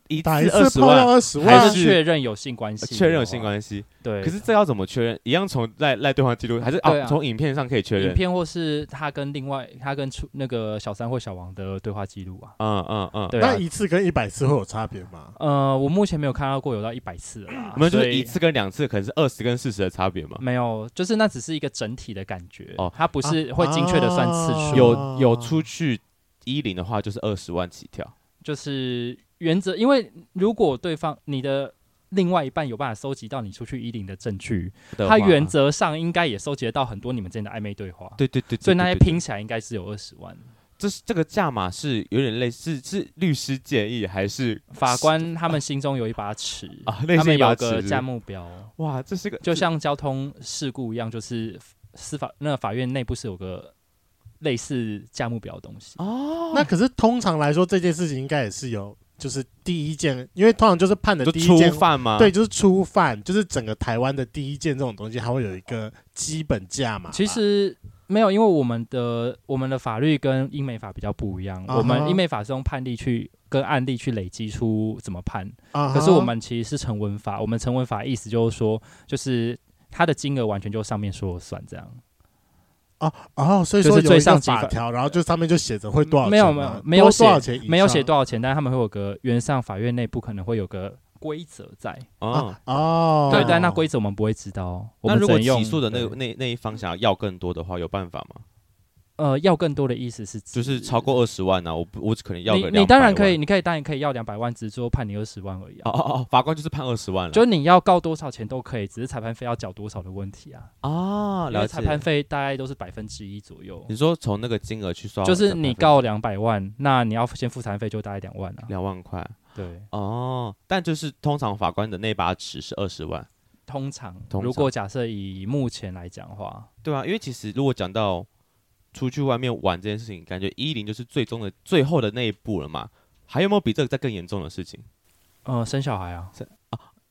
S2: 一次
S1: 打一
S2: 二
S1: 次
S2: 十
S1: 炮要
S2: 万，
S1: 二十
S3: 还
S1: 万
S2: 是，
S3: 是确认有性关系？
S2: 确认有性关系。
S3: 系？对。
S2: 可是这要怎么确认？一样从赖赖对话记录，还是
S3: 对
S2: 啊
S3: 啊
S2: 从影片上可以确
S3: 影
S2: 认？
S3: 片或是他跟另外他跟出那个小三或小王的对话记录啊。
S2: 嗯嗯嗯，
S3: 对啊
S1: 那，一次跟一百次会有差别吗？
S3: 呃，我目前没有看到过有到一百次了啦。
S2: 你们就
S3: 所
S2: 是
S3: 以
S2: 一次跟两次，可能是二十跟四十的差别嘛？
S3: 没有，就是那只是一个整体的感觉
S2: 啊哦
S3: 哦，它不是会精确的算次
S1: 啊
S3: 数，
S2: 有有出去一零的话，就是二十万起跳。
S3: 就是原则，因为如果对方你的。另外一半有办法收集到你出去一零的证据，
S2: 的
S3: 他
S2: 话
S3: 原则上应该也收集得到很多你们之间的暧昧对话，
S2: 对对对，对
S3: 所以那
S2: 对对
S3: 些拼起来应该是有二十万。
S2: 这是这个价码是有点类似，是律师建议还是
S3: 法官他们心中有一把尺
S2: 啊内
S3: 他
S2: 心
S3: 们
S2: 一把
S3: 有
S2: [laughs] 尺是
S3: 个
S2: 不是
S3: 价目标，
S2: 哇？这是个
S3: 就像交通事故一样，就是司法那法院内部是有个类似价目表的东西。
S2: 哦，
S1: 那可是通常来说，这件事情应该也是有，就是第一件，因为通常就是判的
S2: 就
S1: 第一件
S2: 初，犯啊吗？
S1: 对，，就是初犯，就是整个台湾的第一件这种东西，它会有一个基本价嘛。
S3: 其实没有，因为我们的我们的法律跟英美法比较不一样，
S1: 啊哈
S3: 我们英美法是用判例去跟案例去累积出怎么判，
S1: 啊哈，
S3: 可是我们其实是成文法，我们成文法意思就是说，就是它的金额完全就上面说了算这样。
S1: 哦，所以说
S3: 就是
S1: 有
S3: 最
S1: 一个
S3: 上级
S1: 法
S3: 法
S1: 条，然后就上面就写着会多少钱吗，啊
S3: 没有没有没有
S1: 多
S3: 写
S1: 多少钱以上，
S3: 没有写多少钱，但他们会有个原上法院内部可能会有个规则在，
S2: 哦
S1: 啊。哦，
S3: 对，但那规则我们不会知道哦。我
S2: 那
S3: 们
S2: 如果
S3: 只能用
S2: 起诉的那个
S3: 对
S2: 那那一方想要要更多的话，有办法吗？
S3: 呃，要更多的意思是指，
S2: 就是超过二十万啊，我不我只可能要个
S3: 你你当然可以，
S2: 200
S3: 你可以当然可以要两百万，只是说判你二十万而已、
S2: 万。哦
S3: 啊。
S2: 哦哦，法官就是判二十万了。
S3: 就是你要告多少钱都可以，只是裁判费要缴多少的问题啊。
S2: 啊，
S3: 因
S2: 了解
S3: 为
S2: 嗯
S3: 裁。判费大概都是百分之一左右，
S2: 你说从那个金额去刷，
S3: 就是你告两百万，那你要先付裁判费就大概两万啊。
S2: 两万块
S3: 对，
S2: 哦，但就是通常法官的那把尺是二十万，
S3: 通常
S2: 通常
S3: 如果假设以目前来讲的话，
S2: 对啊，因为其实如果讲到出去外面玩这件事情，感觉一零就是最终的最后的那一步了嘛。还有没有比这个再更严重的事情？
S3: 呃，生小孩啊
S2: 生。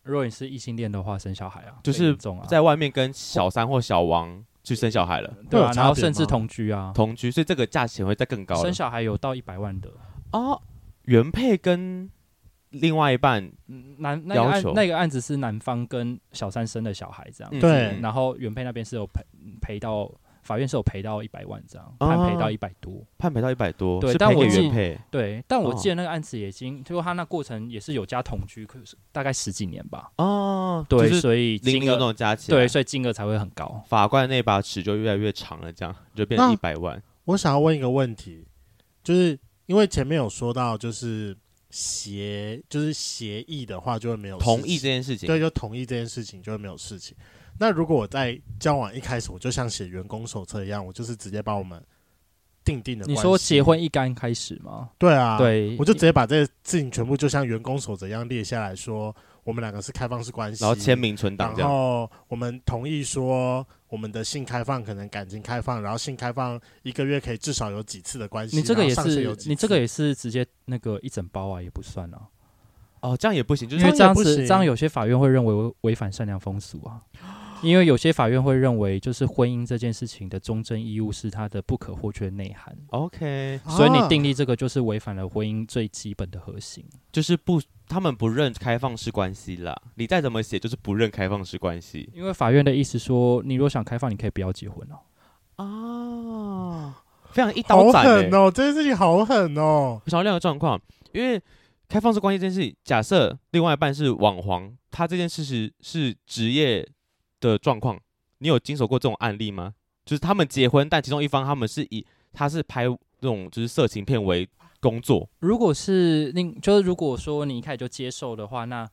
S3: 如果你是异性恋的话，生小孩啊，
S2: 就是
S3: 更严重啊，
S2: 在外面跟小三或小王去生小孩了，
S3: 对
S1: 会有
S3: 啊，
S1: 差
S3: 然后
S1: 别
S3: 甚至
S1: 吗
S3: 同居啊，
S2: 同啊居，所以这个价钱会再更高了
S3: 生。小孩有到一百万的，
S2: 哦，原配跟另外一半，
S3: 嗯男那个
S2: 要
S3: 案
S2: 求
S3: 那个案子是男方跟小三生的小孩这样，
S2: 嗯
S1: 对
S3: 然后原配那边是有赔嗯赔到法院是有赔到一百万这样，
S1: 哦
S2: 啊
S3: 判赔到一百多，
S2: 判赔到一百多，
S3: 对
S2: 是
S3: 但
S2: 赔给
S3: 我记
S2: 原配
S3: 对，但我
S2: 哦
S3: 记得那个案子也已经，就他那过程也是有加同居，可是大概十几年吧，
S2: 哦，
S3: 对，
S2: 就是
S3: 所以
S2: 零零
S3: 金
S2: 总
S3: 额
S2: 总加起来，
S3: 对，所以金额才会很高。
S2: 法官那把尺就越来越长了，这样就变成
S1: 那
S2: 一百万。
S1: 我想要问一个问题，就是因为前面有说到，就是协就是协议的话，就会没有事情
S2: 同意这件事情，
S1: 对，就同意这件事情就会没有事情。那如果我在交往一开始，我就像写员工手册一样，我就是直接把我们定定的
S3: 你
S1: 关
S3: 说
S1: 系
S3: 结婚一刚开始吗？
S1: 对啊，，
S3: 对，
S1: 我就直接把这个事情全部就像员工守则一样列下来说，我们两个是开放式关系，
S2: 然后签名存档这
S1: 然
S2: 样。
S1: 后我们同意说，我们的性开放可能感情开放，然后性开放一个月可以至少有几次的关系。
S3: 你这个
S1: 然后啊
S3: 也
S1: 上学有
S3: 是
S1: 几，次
S3: 你这个也是直接那个一整包啊，也不算啊，
S2: 哦，这样也不行，就
S3: 因为
S1: 这
S2: 是
S3: 这
S1: 样也
S3: 样
S1: 不
S3: 子，
S1: 行
S3: 这样有些法院会认为违违反善良风俗
S1: [gasps]
S3: 啊，因为有些法院会认为，就是婚姻这件事情的忠贞义务是它的不可或缺内涵，
S2: OK，
S3: 所以你
S1: 啊
S3: 订立这个就是违反了婚姻最基本的核心。
S2: 就是不，他们不认开放式关系啦。你再怎么写，就是不认开放式关系
S3: 因为法院的意思说，你如果想开放，你可以不要结婚哦、
S2: 啊，非常一刀
S1: 好
S2: 斩、欸。
S1: 狠哦，这件事情好狠哦。
S2: 我想到另外一个状况，因为开放式关系这件事，假设另外一半是网黄，他这件事是是职业的状况，你有经手过这种案例吗？就是他们结婚，但其中一方他们是以他是拍这种就是色情片为工作，
S3: 如果是另就是如果说你一开始就接受的话，那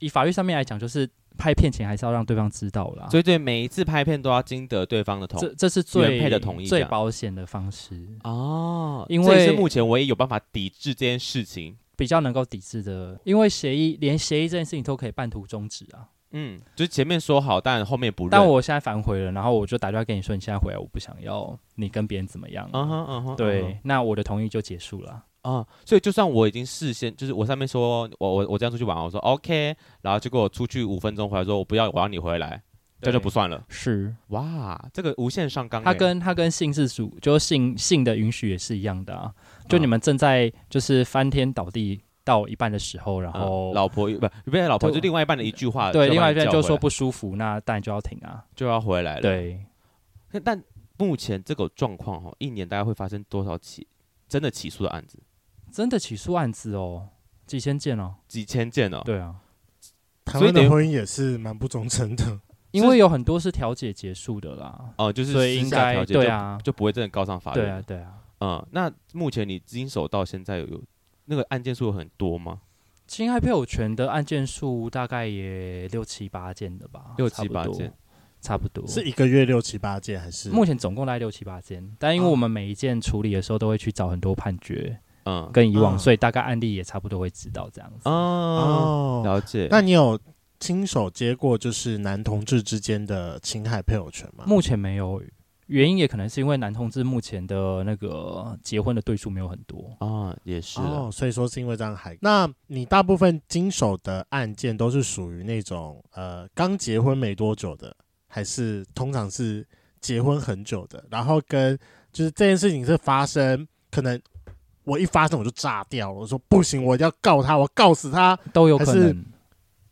S3: 以法律上面来讲，就是拍片前还是要让对方知道啦。
S2: 所以对每一次拍片都要经得对方的同
S3: 啊这这是
S2: 原
S3: 最
S2: 配的同意这
S3: 最
S2: 样
S3: 保险的方式。
S2: 哦
S3: 因
S2: 这也是
S3: 为
S2: 目前唯一有办法抵制这件事情
S3: 比较能够抵制的，因为协议连协议这件事情都可以半途终止啊。
S2: 嗯，就是前面说好，但后面不认。
S3: 但我现在反悔了，然后我就打电话跟你说，你现在回来，我不想要你跟别人怎么样啊、
S2: 嗯哼嗯哼，
S3: 对
S2: 嗯哼
S3: 那我的同意就结束了。
S2: 啊、所以就算我已经事先，就是我上面说我我我这样出去玩，我说 OK，然后结果我出去五分钟回来说我不要，我要你回来，这
S3: 对
S2: 就不算了。
S3: 是，
S2: 哇，这个无限上纲欸、
S3: 他跟他跟性自主，就是性性的允许也是一样的啊。就你们正在就是翻天倒地到一半的时候，然
S2: 嗯
S3: 后、
S2: 老婆不不是老婆，
S3: 对
S2: 就另外一半的一句话，
S3: 对
S2: 把
S3: 另外
S2: 你
S3: 一边
S2: 叫
S3: 就
S2: 回
S3: 说
S2: 来
S3: 不舒服，那当然就要停啊。
S2: 就要回来了。
S3: 对，
S2: 那，但目前这个状况哦哈，一年大概会发生多少起真的起诉的案子？
S3: 真的起诉案子哦，几千件哦。
S2: 几千件哦。
S3: 对啊，
S1: 台
S2: 所以
S1: 湾
S2: 等于
S1: 的婚姻也是蛮不忠诚的。
S3: 因为有很多是调解结束的啦，
S2: 哦、就是
S3: 所以
S2: 私
S3: 应
S2: 下
S3: 该
S2: 调解
S3: 对
S2: 就
S3: 啊，
S2: 就不会真的告上法院。
S3: 对啊，对啊。
S2: 嗯，那目前你经手到现在有有那个案件数有很多吗？
S3: 侵害配偶权的案件数大概也六七八件的吧，
S2: 六七八件，
S3: 差不多。
S1: 是一个月六七八件还是？哦
S3: 目前总共大概六七八件，但因为我们每一件处理的时候都会去找很多判决，
S2: 嗯，
S3: 跟以往，
S1: 嗯
S3: 所以大概案例也差不多会知道这样子。
S2: 哦，
S1: 哦，
S3: 嗯
S2: 了解。
S1: 那你有亲手接过就是男同志之间的侵害配偶权吗？
S3: 目前没有，原因也可能是因为男同志目前的那个结婚的对数没有很多。
S2: 啊，也是啦
S1: 哦，所以说是因为这样还。那你大部分经手的案件都是属于那种呃刚结婚没多久的，还是通常是结婚很久的？然后跟就是这件事情是发生，可能我一发生我就炸掉了，我说不行，我一定要告他，我告死他。
S3: 都有可
S1: 还是
S3: 能，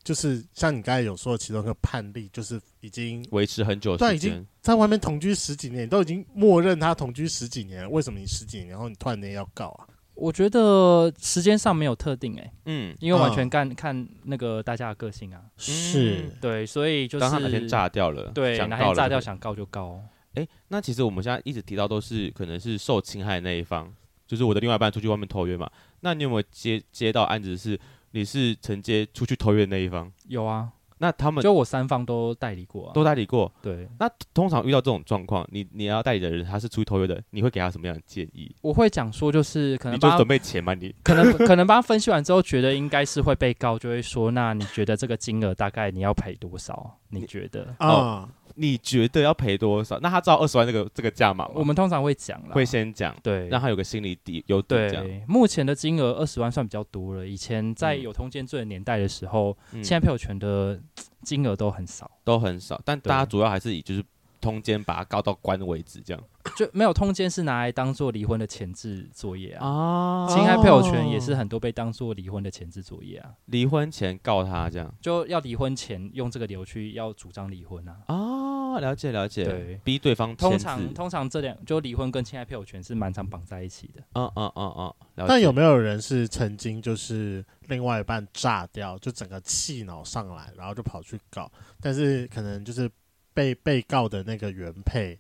S1: 就是像你刚才有说的其中一个判例，就是已经
S2: 维持很久的
S1: 对啊
S2: 时
S1: 已经
S2: 间。
S1: 在外面同居十几年，都已经默认他同居十几年了，为什么你十几年，然后你突然间要告啊？
S3: 我觉得时间上没有特定哎、
S2: 嗯，
S3: 因为完
S1: 嗯
S3: 全看、看那个大家的个性啊。
S1: 是
S3: 对，所以就是
S2: 当他哪天炸掉了，
S3: 对，
S2: 想
S3: 哪
S2: 告
S3: 天
S2: 了
S3: 炸
S2: 就
S3: 掉
S2: 会
S3: 想告就告。
S2: 哎，那其实我们现在一直提到都是可能是受侵害的那一方，就是我的另外一半出去外面偷约嘛。那你有没有接接到案子是你是承接出去偷约的那一方？
S3: 有啊，
S2: 那他们
S3: 就我三方都代理过啊。
S2: 都代理过。
S3: 对，
S2: 那通常遇到这种状况，你你要代理的人他是出去偷约的，你会给他什么样的建议？
S3: 我会讲说就是可
S2: 你
S3: 能
S2: 就
S3: 帮
S2: 准
S3: 他
S2: 备钱嘛，你
S3: 可能 [laughs] 可能帮他分析完之后，觉得应该是会被告，就会说那你觉得这个金额大概你要赔多少？你觉得？
S1: 啊、
S2: 哦你觉得要赔多少？那他知道二十万这个这个价码吗？
S3: 我们通常会讲啦，
S2: 会先讲，
S3: 对
S2: 让他有个心理底有底这样。
S3: 对。目前的金额二十万算比较多了，以前在
S2: 嗯
S3: 有通奸罪的年代的时候，
S2: 嗯
S3: 现在配偶权的嘖金额都很少，
S2: 都很少，但大家
S3: 对
S2: 主要还是以就是通奸把它告到关为止这样
S3: 就没有通奸是拿来当做离婚的前置作业啊。
S2: 啊
S3: 侵害配偶权也是很多被当做离婚的前置作业啊，
S2: 离婚前告他这样
S3: 就要离婚前用这个理由去要主张离婚啊。
S2: 啊，了解了解，
S3: 对
S2: 逼对方签
S3: 通
S2: 字，
S3: 常通常这两就离婚跟侵害配偶权是蛮常绑在一起的。
S2: 嗯嗯嗯嗯，了解
S1: 但有没有人是曾经就是另外一半炸掉，就整个气恼上来，然后就跑去告，但是可能就是被被告的那个原配，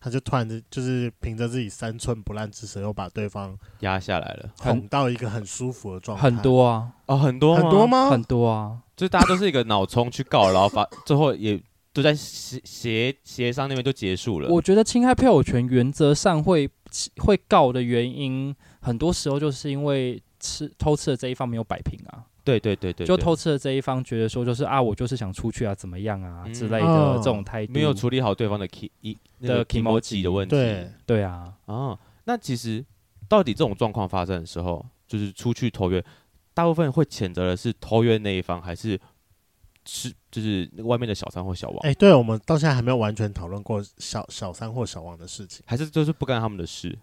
S1: 他就突然就就是凭着自己三寸不烂之舌，又把对方
S2: 压下来了
S1: 哄到一个很舒服的状态，
S3: 很多啊，
S2: 哦，很多
S1: 很多？吗？
S3: 很多啊，
S2: 就是大家都是一个脑冲去告，然后
S3: [laughs]
S2: 发最后也都在协协协商那边就结束了。
S3: 我觉得侵害配偶权原则上会会告的原因，很多时候就是因为吃偷吃的这一方没有摆平啊，
S2: 对对对对，
S3: 就
S2: 对
S3: 偷吃的这一方觉得说就是啊，我就是想出去啊，怎么样啊
S2: 嗯
S3: 之类的
S1: 哦
S3: 这种态度，
S2: 没有处理好对方的 key 一那个
S3: 的
S2: k i m o j i
S3: emoji
S2: 的问题。
S1: 对，
S3: 对啊，
S2: 哦，那其实到底这种状况发生的时候，就是出去偷约，大部分会谴责的是偷约那一方，还是是就是那个外面的小三或小王，
S1: 哎、对我们到现在还没有完全讨论过小小三或小王的事情。
S2: 还是就是不干他们的事？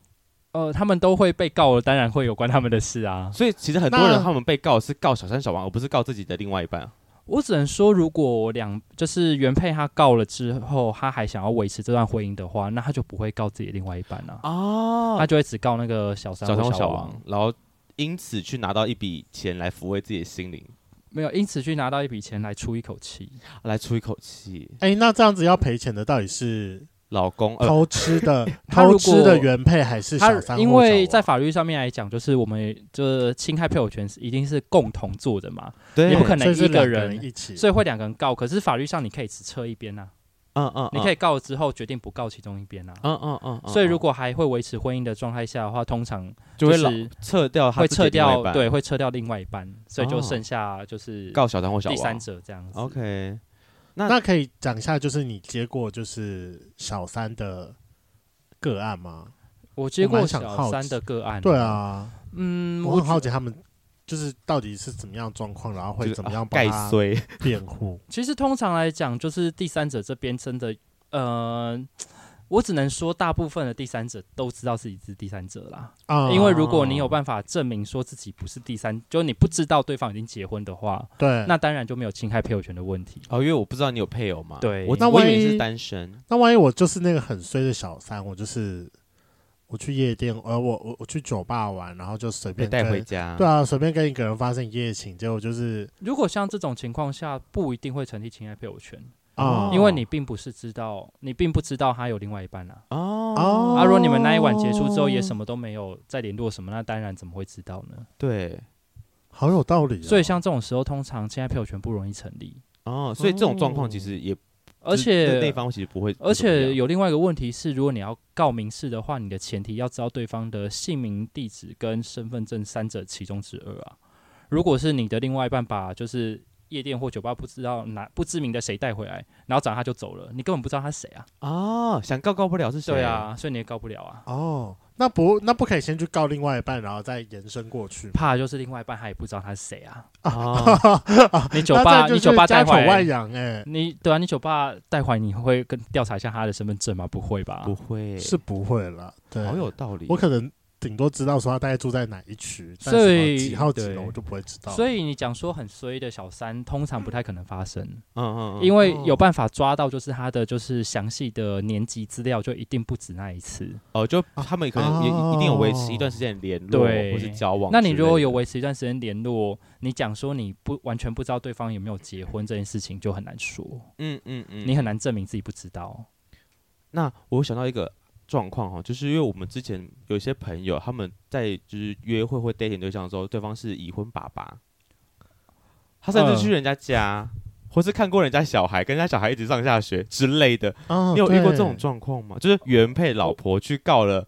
S3: 呃，他们都会被告，当然会有关他们的事啊。
S2: 所以其实很多人
S1: 那
S2: 他们被告是告小三小王，而不是告自己的另外一半。
S3: 我只能说，如果两就是原配他告了之后，他还想要维持这段婚姻的话，那他就不会告自己的另外一半啊，
S2: 哦
S3: 他就会只告那个小三
S2: 小三
S3: 或
S2: 或小
S3: 王
S2: 王，，然后因此去拿到一笔钱来抚慰自己的心灵，
S3: 没有因此去拿到一笔钱来出一口气。
S2: 来出一口气。
S1: 哎、那这样子要赔钱的到底是
S2: 老公，呃，
S1: 偷吃 [laughs] 的、
S3: 他如
S1: 偷
S3: 果
S1: 吃的原配还是小三或
S3: 他
S1: 小王？
S3: 因为在法律上面来讲，就是我们就是侵害配偶权是一定是共同做的嘛，
S2: 对，
S3: 也不可能
S1: 所以是
S3: 一
S1: 两
S3: 个
S1: 个
S3: 人
S1: 一起，
S3: 所以会两个人告。可是法律上你可以只撤一边啊，
S2: 嗯嗯，
S3: 你可
S2: 以，
S3: 以告了之后决定不告其中一边啊。
S2: 嗯嗯嗯嗯，
S3: 所以如
S2: 果
S3: 果还会维持婚姻的状态下的话，通常
S2: 就会
S3: 是
S2: 老撤掉他
S3: 会
S2: 自己的
S3: 撤
S2: 另外一
S3: 掉
S2: 半，
S3: 对，会撤掉另外一半，所以
S2: 哦
S3: 就剩下就是
S2: 告小三或小
S3: 第
S2: 王
S3: 三者这样子。
S2: OK，那
S1: 那可以讲一下，就是你接过就是小三的个案吗？
S3: 我接过
S1: 蛮想好
S3: 小
S1: 奇
S3: 三的个案，
S1: 对，啊，
S3: 嗯，
S1: 我
S3: 我
S1: 很好奇他们就是到底是怎么样状况，然后 [laughs]
S2: 就
S1: 会
S2: 是
S1: 怎么
S2: 啊
S1: 样帮
S2: 盖
S1: 他
S2: 衰？
S1: 辩
S3: [laughs]
S1: 护。
S3: 其实通常来讲，就是第三者这边真的，呃，我只能说大部分的第三者都知道自己是第三者啦。
S1: 啊
S3: 因为如果你有办法证明说自己不是第三，就你不知道对方已经结婚的话，
S1: 对，
S3: 那当然就没有侵害配偶权的问题。
S2: [laughs] 哦，因为我不知道你有配偶嘛。
S3: 对
S2: 我
S1: 那
S2: 我以为
S1: 万一
S2: 你是单身。
S1: 那万一我就是那个很衰的小三，我就是我去夜店，呃，我我我去酒吧玩，然后就随
S2: 被
S1: 便
S2: 带回
S1: 跟，
S2: 家，
S1: 对啊，随便跟一个人发生一夜情，结果就是
S3: 如果像这种情况下，不一定会成立侵害配偶权，
S1: 啊，
S3: 因为你并不是知道，你并不知道他有另外一半啊。
S2: 哦
S1: 哦
S3: 啊，如果你们那一晚结束之后也什么都没有再联络什么，那当然怎么会知道呢？
S2: 对
S1: 好有道
S2: 啊
S1: 理哦。
S3: 所以像这种时候，通常侵害配偶权不容易成立，
S2: 哦，所以这种状况其
S1: 哦
S2: 实也，
S3: 而
S2: 就是
S3: 且
S2: 那方其实不会，
S3: 而且有另外一个问题是，如果你要告民事的话，你的前提要知道对方的姓名、地址跟身份证三者其中之二啊。如果是你的另外一半把就是夜店或酒吧不知道哪不知名的谁带回来，然后早上他就走了，你根本不知道他是谁啊。
S2: 啊，想告告不了是谁？
S3: 对，啊，所以你也告不了啊。
S1: 哦，那不那不可以先去告另外一半，然后再延伸过去吗？
S3: 怕的就是另外一半他也不知道他是谁啊。
S2: 啊，
S1: [laughs]
S3: 你酒
S1: 哦那
S3: 吧
S1: 这就
S3: 你
S1: 是
S3: 酒吧
S1: 家
S3: 带
S1: 丑
S3: 回
S1: 外
S3: 来，
S1: 扬哎、
S3: 你对啊，你酒吧带回来你会跟调查一下他的身份证吗？不会吧
S2: 不？会，
S1: 是不会了。对，
S2: 好有道理。
S1: 我可能顶多知道说他大概住在哪一区，但
S3: 所
S1: 什么
S3: 以
S1: 几号几
S3: 对
S1: 楼我就不会知道。
S3: 所以你讲说很衰的小三，通常不太可能发生。
S2: 嗯嗯，
S3: 因
S2: 为
S3: 为有办法抓到，就是他的就是详细的年级资料，就一定不止那一次。
S2: 哦，就他们可能也一定有维持一段时间的联络
S3: 啊对
S2: 或是交往之
S3: 那
S2: 类的。
S3: 你如果有维持一段时间联络，你讲说你不完全不知道对方有没有结婚这件事情，就很难说，
S2: 嗯嗯嗯，
S3: 你很难证明自己不知道。
S2: 那我想到一个状况哈，就是因为我们之前有一些朋友，他们在就是约会或 dating 对象的时候，对方是已婚爸爸，他甚
S3: 嗯
S2: 至去人家家，或是看过人家小孩，跟人家小孩一直上下学之类的。
S1: 哦
S2: 你有遇过
S1: 对
S2: 这种状况吗？就是原配老婆去告了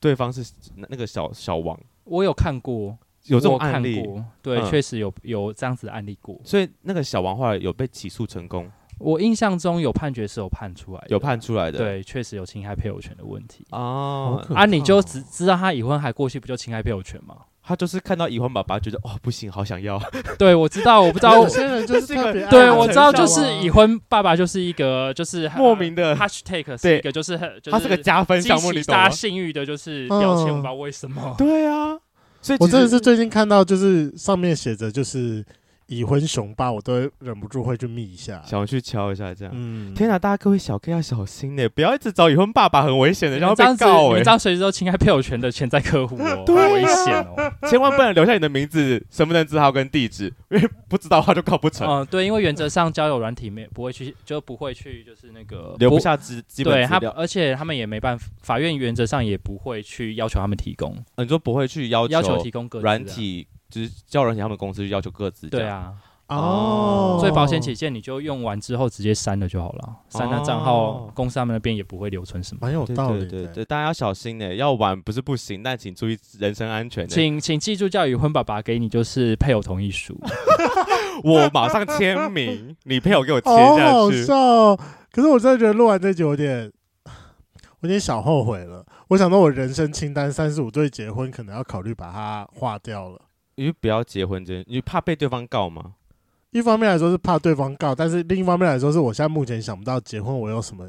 S2: 对方是那那个小小王，
S3: 我有看过，
S2: 有这种
S3: 我看
S2: 案例，
S3: 过，对，
S2: 嗯
S3: 确实有有这样子的案例过。
S2: 所以那个小王后来有被起诉成功，
S3: 我印象中有判决是有判出来的，
S2: 有判出来的。
S3: 对，确实有侵害配偶权的问题。
S1: 好
S2: 哦，
S1: 可
S3: 啊，你就
S1: 怕哦
S3: 只知道他已婚还过去，不就侵害配偶权吗？
S2: 他就是看到已婚爸爸，觉得哦不行，好想要。
S3: 对，我知道，
S2: [laughs]
S3: 我不知道
S1: 有，些人就是
S2: 这个
S1: 特别爱
S3: 对，
S1: 玩
S3: 我知道，
S1: 成
S3: 就
S1: 效啊
S3: 是已婚爸爸就是一个就是呃
S2: 莫名的
S3: hashtag 是
S2: 对
S3: 一个就是很就
S2: 它是个加分
S3: 激
S2: 项目，你
S3: 起
S2: 懂
S3: 大
S2: 吗
S3: 家？性欲的，就是标签，
S1: 嗯
S3: 我不知道为什么。
S2: 对啊，所以
S1: 我
S2: 其
S1: 真的
S2: 实
S1: 是最近看到，就是上面写着就是已婚雄霸，我都会忍不住会去密一下。
S2: 想要去敲一下这样。
S1: 嗯，
S2: 天啊，大家各位小 K 要小心呢、不要一直找已婚爸爸，很危险的，
S3: 你
S2: 然后
S3: 们这
S2: 被
S3: 样子，
S2: 告
S3: 你
S2: 哎、 [laughs]
S3: 们这样随时都侵害配偶权的潜在客户哦，
S2: 对啊
S3: 好危险哦。
S2: 千万不能留下你的名字、身份证字号跟地址，因为不知道的话就告不成，
S3: 嗯，对，因为原则上交友软体没不会去，就不会去，就是那个
S2: 留不。下基基
S3: 对
S2: 本
S3: 他
S2: 资，料。
S3: 而且他们也没办法，法院原则上也不会去要求他们提供，
S2: 呃你说不会去要
S3: 要求提供个资啊
S2: 软。体，就是叫软体他们公司去要求各自。
S3: 对，啊，
S1: 哦，
S3: 所以保险起见，你就用完之后直接删了就好了，删那账号
S2: 哦，
S3: 公司他们那边也不会留存什么。
S1: 蛮有
S2: 对
S1: 道理
S2: 对
S1: 的。
S2: 对对，大家要小心呢、欸要玩不是不行，但请注意人身安全、欸。
S3: 请请记住，叫已婚爸爸给你就是配偶同
S1: [laughs]
S3: 意书，
S2: 我马上签
S3: [laughs]
S2: 名，你配偶 [laughs] 给我签
S1: 哦，
S2: 下
S1: 好
S2: 去。
S1: 笑、哦！可是我真的觉得录完这集有点， [sighs] 我有点小后悔了。我想到我人生清单三十五对结婚，可能要考虑把它划掉了。
S2: 因为不要结婚这件，你怕被对方告吗？
S1: 一方面来说是怕对方告，但是另一方面来说是我现在目前想不到结婚我有什么，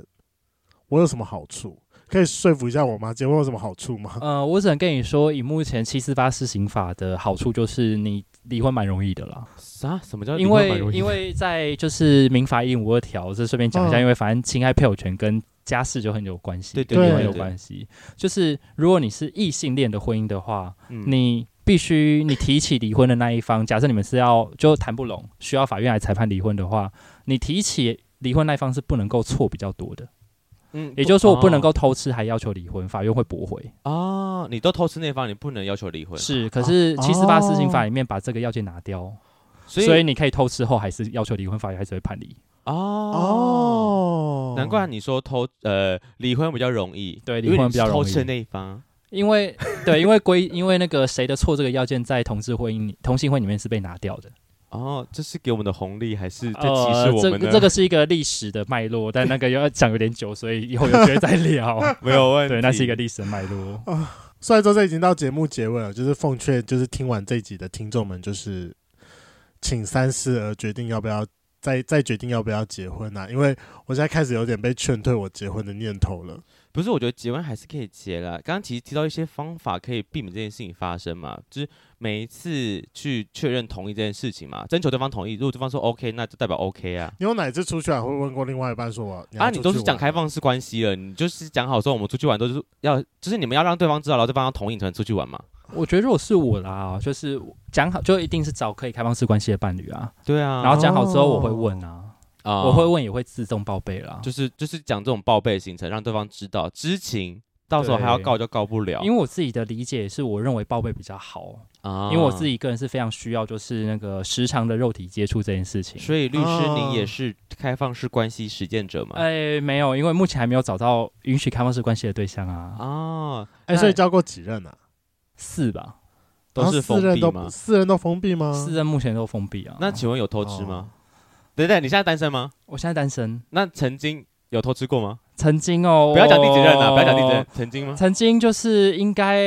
S1: 我有什么好处？可以说服一下我吗？结婚有什么好处吗？
S3: 呃，我只能跟你说，以目前七四八施行法的好处就是你离婚蛮容易的啦，
S2: 啥？什
S1: 呃
S2: 么叫
S3: 因为因为在就是民法一五二条，这顺便讲一下，
S1: 嗯
S3: 因为反正侵害配偶权跟家事就很有关系，
S2: 对
S3: 跟
S1: 对
S3: 离婚
S1: 对
S3: 有
S2: 对
S3: 关系。就是如果你是异性恋的婚姻的话，
S2: 你
S3: 你必须你提起离婚的那一方，假设你们是要就谈不拢，需要法院来裁判离婚的话，你提起离婚那一方是不能够错比较多的，
S2: 嗯
S3: 也就是说我不能够偷吃还要求离婚，法院哦会驳回。
S2: 啊，你都偷吃那方，你不能要求离婚，
S3: 是，可是
S1: 哦
S3: 七十八施行法里面把这个要件拿掉，
S2: 所
S3: 所
S2: 以
S3: 以你可以偷吃后还是要求离婚，法院还是会判离。
S1: 哦，
S2: 哦难怪你说偷呃离婚比较容易，
S3: 对
S2: 因为
S3: 离婚
S2: 你
S3: 比较
S2: 是偷
S3: 容易
S2: 吃的那一方
S3: 因为对，因为规因为那个谁的错这个要件在同志婚姻里同性婚里面是被拿掉的，
S2: 哦，这是给我们的红利，还是在歧视
S3: 呃，
S2: 我
S3: 这
S2: 们呢？
S3: 这个是一个历史的脉络，但那个要讲有点久，所以以后有机会再
S2: [laughs]
S3: 聊。
S2: 没有问题。
S3: 对，那是一个历史的脉络。
S1: 虽然说这已经到节目结尾了，就是奉劝就是听完这一集的听众们，就是请三思而决定要不要再再决定要不要结婚啊，因为我现在开始有点被劝退我结婚的念头了。
S2: 不是，我觉得结婚还是可以结啦。刚刚其实提到一些方法可以避免这件事情发生嘛，就是每一次去确认同意这件事情嘛，征求对方同意。如果对方说 OK，那就代表 OK 啊。
S1: 你有哪次出去玩会问过另外一半说我要
S2: 啊，你都是讲开
S1: 出去玩吗
S2: 放式关系了，你就是讲好说我们出去玩都是要，就是你们要让对方知道，然后对方要同意你才能出去玩嘛。
S3: 我觉得如果是我啦，就是讲好就一定是找可以开放式关系的伴侣啊，
S2: 对啊，
S3: 然后讲好之后我会问啊，
S2: 啊
S3: 我会问也会自动报备啦，
S2: 就是就是讲这种报备行程，让对方知道知情，到时候还要
S3: 对
S2: 告就告不了，
S3: 因为我自己的理解是我认为报备比较好，
S2: 啊
S3: 因为我自己个人是非常需要就是那个时常的肉体接触这件事情。
S2: 所以律师您
S1: 哦
S2: 也是开放式关系实践者嘛？
S3: 嗯哎，没有，因为目前还没有找到允许开放式关系的对象啊，
S2: 啊，
S1: 哎、所以交过几任啊？
S3: 四吧，
S2: 都
S1: 然后啊
S2: 是
S1: 四
S2: 封
S1: 任
S2: 闭
S1: 都
S2: 吗
S1: 不？四任都封闭吗？
S3: 四任目前都封闭啊。
S2: 哦那请问有偷吃
S1: 哦
S2: 吗？等等，你现在单身吗？
S3: 我现在单身，
S2: 那曾经有偷吃过吗？
S3: 曾经哦，
S2: 不要讲第几任啊了，不要讲第几
S1: 哦
S2: 任，，曾经吗？
S3: 曾经就是应该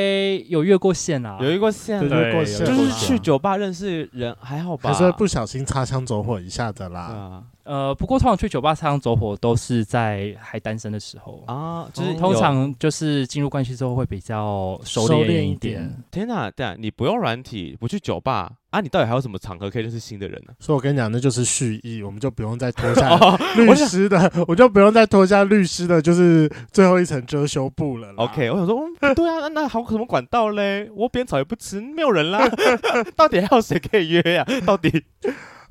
S3: 有越过线啦，
S2: 有一个线
S1: 对
S2: 啊，
S1: 对
S3: 对
S1: 过
S3: 有
S1: 线
S2: 就
S3: 越过
S2: 是
S1: 了
S3: 线
S2: 去酒吧认识人，还好吧？
S1: 还是会不小心擦枪走火一下的
S2: 对
S1: 啦。
S2: 啊
S3: 呃，不过通常去酒吧唱走火都是在还单身的时候，
S2: 啊，就是
S1: 哦
S3: 通
S2: 有
S3: 常就是进入关系之后会比较收
S1: 收敛
S3: 敛
S1: 一
S3: 点。
S1: 点
S2: 天哪，对啊，你不用软体，不去酒吧啊，你到底还有什么场合可以认识新的人呢？
S1: 所以我跟你讲，那就是蓄意，我们就不用再拖下
S2: [laughs] 哦
S1: 律师的， [laughs] 我就不用再脱下律师的，就是最后一层遮羞布了啦。
S2: ，OK，我想说，嗯不对啊，那 [laughs] 那还有什么管道嘞？我边草也不吃，没有人啦， [laughs] 到底还有谁可以约呀？到底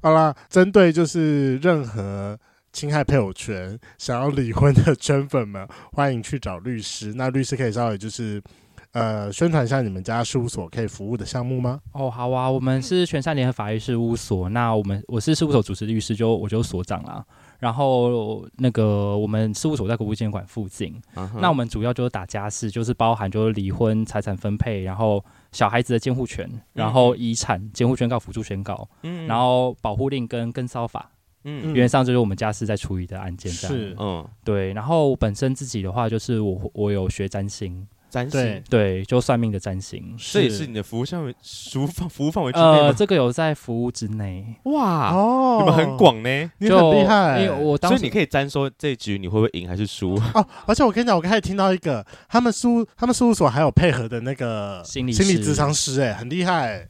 S1: 好啦，针对就是任何侵害配偶权、想要离婚的圈粉们，欢迎去找律师。那律师可以稍微就是呃宣传一下你们家事务所可以服务的项目吗？
S3: 哦，好啊，我们是全善联合法律事务所，那我们我是事务所主持律师，就我就是所长啦。然后那个我们事务所在国务监管附近，
S1: 嗯
S2: 嗯
S3: 那我们主要就是打家事，就是包含就是离婚、财产分配，然后小孩子的监护权，然后遗产监护宣告、辅助宣告，
S2: 嗯
S3: 然后保护令跟跟骚法，
S2: 嗯
S3: 原则上就是我们家事在处理的案件这样。
S1: 是
S2: 嗯，
S3: 对，然后我本身自己的话，就是我我有学占星，
S2: 占星
S1: 对。，
S3: 对，就算命的占星。
S2: 这也是你的服务范围、服务范服务范围之内
S3: 呃，
S2: 吗？
S3: 这个有在服务之内，
S2: 哇，
S1: 哦，
S2: 你们很，广呢，
S1: 你
S3: 就
S1: 很厉害。
S3: 因为我当
S2: 所
S3: 时
S2: 以你可以单说这一局你会不会赢还是输？
S1: 哦，而且我跟你讲，我刚才听到一个，他们事务他们事务所还有配合的那个
S3: 心理
S1: 心理
S3: 师
S1: 咨商师、哎，很厉害、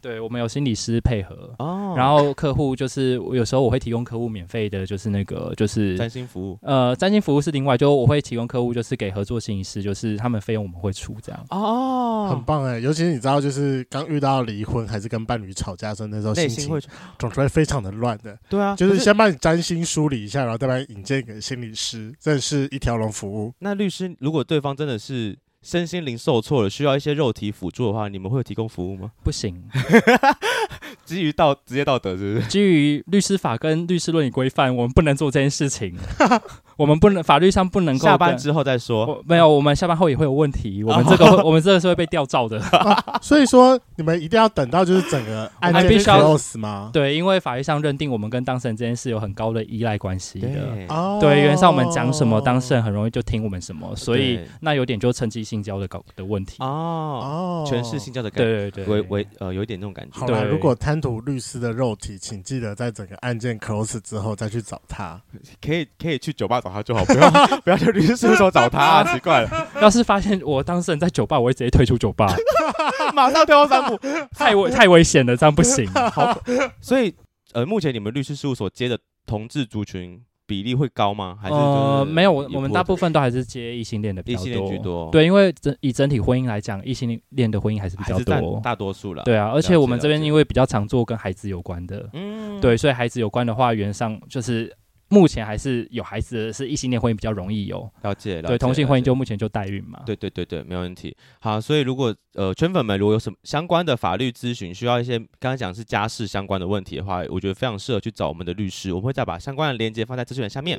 S3: 对我们有心理师配合，
S2: [laughs] 哦
S3: 然后客户就是我有时候我会提供客户免费的，就是那个就是
S2: 占星服务
S3: 呃，占星服务是另外，就我会提供客户，就是给合作心理师，就是他们费用我们会出这样。
S1: 很
S2: 哦，
S1: 棒哎、尤其是你知道，就是刚遇到离婚还是跟伴侣吵架的时候，那时候
S2: 内
S1: 心
S2: 心
S1: 情
S2: 会
S1: 总是会非常的乱的。
S2: 对啊，
S1: 就
S2: 可
S1: 是先帮你占星梳理一下，然后再帮你引荐给心理师，这是一条龙
S3: [laughs]
S1: 服务。
S2: 那律师如果对方真的是身心灵受挫了，需要一些肉体辅助的话，你们会有提供服务吗？
S3: 不行，
S2: 基于道职业道德是不是？
S3: 基于律师法跟律师伦理规范，我们不能做这件事
S2: [laughs]
S3: 情，我们不能法律上不能够
S2: 下班
S3: 跟
S2: 之后哦再说。
S3: 我没有，我们下班后也会有问题，我们这个会，我们这个是会被调照的。 [laughs]
S1: 所以说，你们一定要等到就是整个案
S3: 们
S1: 件
S3: 必须要
S1: close 吗？
S3: 对，因为法律上认定我们跟当事人之间是有很高的依赖关系的。
S2: 对，
S1: 哦
S3: 对，原则上我们讲什么，当事人很容易就听我们什么，所以
S2: 对
S3: 那有点就趁机性交的搞的问题。
S2: 哦，
S1: 哦
S2: 全是性。交的感
S3: 对对
S2: 觉，
S3: 对，
S2: 为为呃有一点那种感觉
S1: 好。啦，
S3: 对
S1: 如果贪图律师的肉体，请记得在整个案件 close 之后再去找他。
S2: 可以可以去酒吧找他就好，不要 [laughs] 不要去律师事务所找他 [laughs] 啊，奇怪了，
S3: 要是发现我当事人在酒吧，我会直接退出酒吧。
S2: [laughs] 马上退后三
S3: [laughs]
S2: 步。
S3: 太危太危险了，这样不行。 [laughs] 好，
S2: 所以呃，目前你们律师事务所接的同志族群比例会高吗？ [laughs] 还是
S3: 呃，没有，我
S2: 也
S3: 我们
S2: 不
S3: 大部分都还是接异性恋的比
S2: 异
S3: 较
S2: 性恋居多，，
S3: 对，因为整以整体婚姻来讲，异性恋的婚姻还是比
S2: 还
S3: 较
S2: 是占
S3: 多。
S2: 大多数了。，
S3: 对啊，而
S2: 了解
S3: 且我们这边
S2: 了解
S3: 因为比较常做跟孩子有关的，
S2: 嗯
S3: 对，所以孩子有关的话，原则上就是目前还是有孩子的是异性恋婚姻比较容易有，
S2: 了解了解。
S3: 对，同性
S2: 了
S3: 婚姻
S2: 解
S3: 就目前就代孕嘛。
S2: 对对对对，没有问题。好，所以如果呃圈粉们如果有什么相关的法律咨询，需要一些刚刚讲是家事相关的问题的话，我觉得非常适合去找我们的律师，我们会再把相关的链接放在资讯栏下面。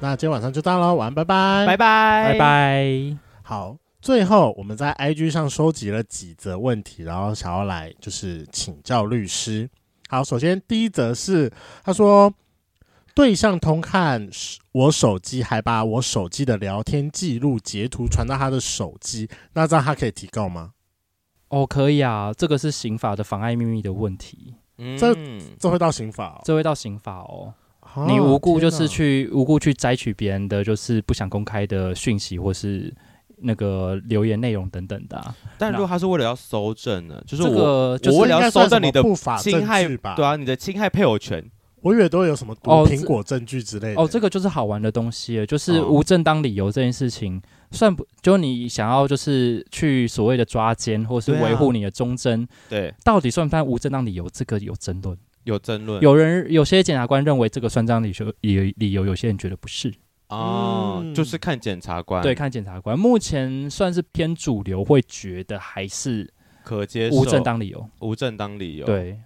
S1: 那今天晚上就到喽，晚安，拜拜，
S2: 拜拜，
S3: 拜。拜。
S1: 好，最后我们在 IG 上收集了几则问题，然后想要来就是请教律师。好，首先第一则是他说，对象通看我手机，还把我手机的聊天记录截图传到他的手机，那这样他可以提告吗？
S3: 哦，可以啊，这个是刑法的妨碍秘密的问题，
S2: 嗯
S1: 这这会到刑法、
S3: 这会到刑法哦。
S1: 哦？
S3: 你无故就是
S1: 天哪
S3: 去无故去摘取别人的，就是不想公开的讯息或是那个留言内容等等的啊、
S2: 但如果他是为了要搜证呢？就是
S3: 这
S2: 我，
S3: 个就
S2: 我为
S3: 是
S2: 了要收证你的
S1: 不法证
S2: 侵害
S1: 据吧？
S2: 对啊，你的侵害配偶权，
S1: 我以为都会有什么毒
S3: 哦
S1: 苹
S3: 这
S1: 果证据之类的。
S3: 哦，这个就是好玩的东西了，就是
S2: 哦
S3: 无正当理由这件事情，算不就你想要就是去所谓的抓奸或是
S2: 对啊
S3: 维护你的忠贞，
S2: 对，
S3: 到底算不算无正当理由？这个有争论。
S2: 有争论。
S3: 有人有些检察官认为这个算正当理由，理理由，有些人觉得不是。
S2: 哦，
S1: 嗯
S2: 就是看检察官
S3: 对，看检察官目前算是偏主流，会觉得还是
S2: 可接受
S3: 无正当理由。
S2: 无正当理由。
S3: 对，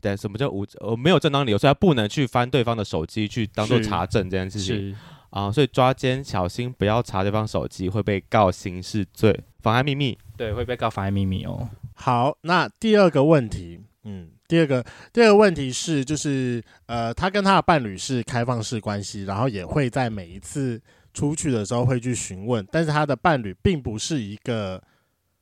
S2: 对，什么叫无呃没有正当理由？所以他不能去翻对方的手机去当做
S1: 是
S2: 查证这件事情
S3: 是
S2: 啊。所以抓奸小心不要查对方手机，会被告刑事罪、妨碍秘密。
S3: 对会被告妨碍秘密哦。
S1: 好，那第二个问题，嗯，第二个第二个问题是，就是呃，他跟他的伴侣是开放式关系，然后也会在每一次出去的时候会去询问，但是他的伴侣并不是一个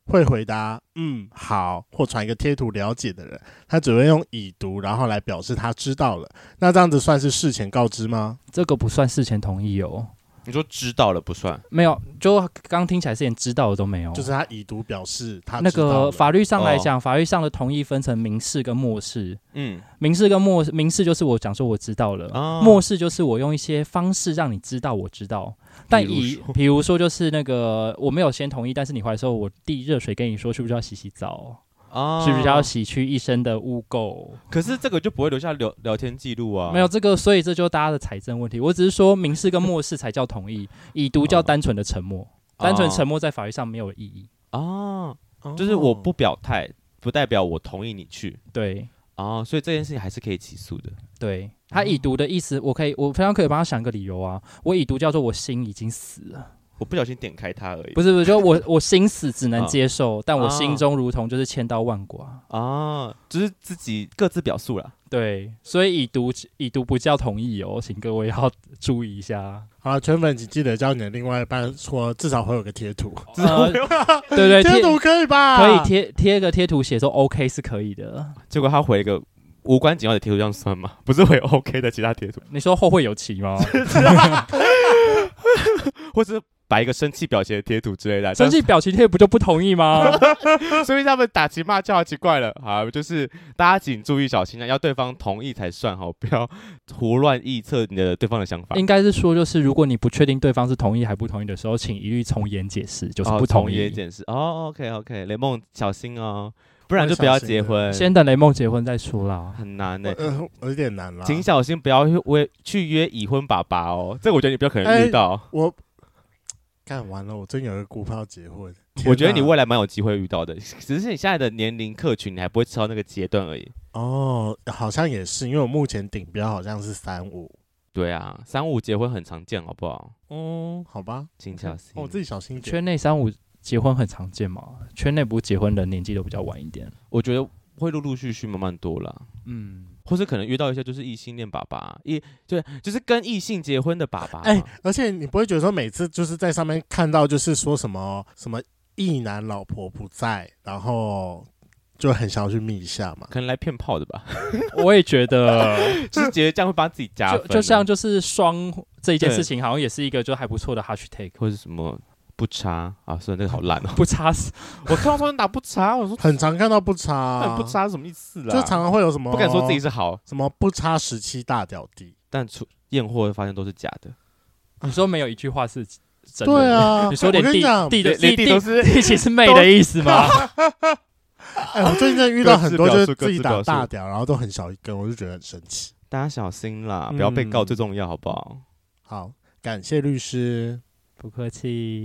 S1: 会回答嗯好或传一个贴图了解的人，他只会用已读然后来表示他知道了，那这样子算是事前告知吗？
S3: 这个不算事前同意哦，
S2: 你说知道了不算，
S3: 没有，就刚听起来是连知道的都没有。
S1: 就是他已读表示他
S3: 哦那
S1: 知道
S3: 个
S1: 了
S3: 法律上来
S2: 哦
S3: 讲，法律上的同意分成民事跟漠视。
S2: 嗯，
S3: 民事跟漠民事就是我讲说我知道了，
S2: 哦
S3: 漠视就是我用一些方式让你知道我知道。但以比如说就是那个我没有先同意，但是你回来的时候我递热水跟你说是不是要洗洗澡，
S2: 啊
S3: 是不是要？洗去一身的污垢？
S2: 可是这个就不会留下聊聊天记录啊。
S3: 没有这个，所以这就是大家的财政问题。我只是说民事跟漠视才叫同意，已读叫单纯的沉默，单纯沉默在法律上没有意义。
S2: 啊，就是我不表态，不代表我同意你去
S3: 对
S2: 啊。所以这件事情还是可以起诉的。
S3: 对，他已读的意思，我可以，我非常可以帮他想一个理由啊。我已读叫做我心已经死了。
S2: 我不小心点开它而已。
S3: 不
S2: 是
S3: 是不是，就我我心死只能接受，但我
S2: 啊
S3: 心中如同就是千刀万剐。
S2: 啊，只是自己各自表述啦。
S3: 对，所以已读已读不叫同意哦，请各位要注意一下。
S1: 好了，圈粉请记得叫你的另外一半说至少会有个贴图，
S3: 呃， [laughs]
S1: [laughs]
S3: 对对，
S1: 贴
S3: 贴
S1: 图可以吧？
S3: 可以贴贴个贴图写说 OK 是可以的。
S2: 结果他回一个无关紧要的贴图，这样算吗？ [laughs] 不是回 OK 的其他贴图，
S3: 你说后会有期吗？
S2: [laughs] 或是摆一个生气表情的贴图之类的。
S3: 生气表情贴不就不同意吗？
S2: 这样，所以他们打情骂俏啊，奇怪了。好，就是大家请注意小心啊，要对方同意才算好，不要胡乱臆测你的对方的想法。
S3: [laughs] 应该是说，就是如果你不确定对方是同意还不同意的时候，请一律从严解释，就是
S2: 哦
S3: 不同
S2: 同意
S3: 意。
S2: 也解释哦，OK OK，雷梦小心哦，不然就不
S1: 我
S2: 要
S1: 会小心
S2: 结
S1: 的
S2: 婚，
S3: 先等雷梦结婚再说啦。
S2: 很难呢、
S1: 我呃，我有点难了。
S2: 请小心，不要去约去约已婚爸爸哦，这个我觉得你比较可能遇到。
S1: 我干完了，我真有一个姑泡结婚。
S2: 我觉得
S1: 天哪
S2: 你未来蛮有机会遇到的，只是你现在的年龄客群，你还不会吃到那个阶段而已。
S1: 哦，好像也是，因为我目前顶标好像是三五。
S2: 对啊，三五结婚很常见，好不好？
S1: 哦，好吧，
S2: 请小心。
S1: 哦我自己小心一点。
S3: 圈内三五结婚很常见嘛，圈内不是结婚的年纪都比较晚一点。
S2: 我觉得会陆陆续续慢慢多啦，
S3: 嗯，
S2: 或是可能遇到一些就是异性恋爸爸，异就就是跟异性结婚的爸爸。
S1: 哎而且你不会觉得说每次就是在上面看到就是说什么什么异男老婆不在，然后就很想要去密一下嘛？
S2: 可能来骗炮的吧，
S3: 我也觉 [laughs] 得，
S2: [laughs] 就是觉得这样会帮自己加分
S3: 就
S2: 啊、
S3: 就像就是双这一件
S2: 对
S3: 事情，好像也是一个就还不错的 hashtag。。
S2: 或是什么不差啊，虽然这个好烂哦
S3: 不差死，
S2: [laughs] 我看到说你打不差，我说
S1: 很常看到不差、啊
S2: [laughs] 那不啊差是什么意思
S1: 就
S2: 啦？哦
S1: 常常会有什么
S2: 不敢说自己是好，
S1: 什么不差十七大屌弟。
S2: 但出验货会发现都是假的。
S3: 你说没有一句话是真的。
S1: 对啊，
S3: 你说
S1: 我
S3: 连
S1: 跟
S3: 地
S1: 你讲，
S3: 地
S2: 连
S3: 的
S2: 连
S3: 地
S2: 地都是
S3: 地其实妹的意
S1: [laughs]
S3: 思吗？
S1: 哎，我最近真的遇到很多
S2: 各
S1: 就
S2: 自
S1: 是
S2: 表述
S1: 自己
S2: 各
S1: 打
S2: 自表述
S1: 大屌，然后都很小一根，我就觉得很生气。
S2: 大家小心啦，不要被告
S1: 嗯
S2: 最重要，好不好？
S1: 好，感谢律师。
S3: 不客气。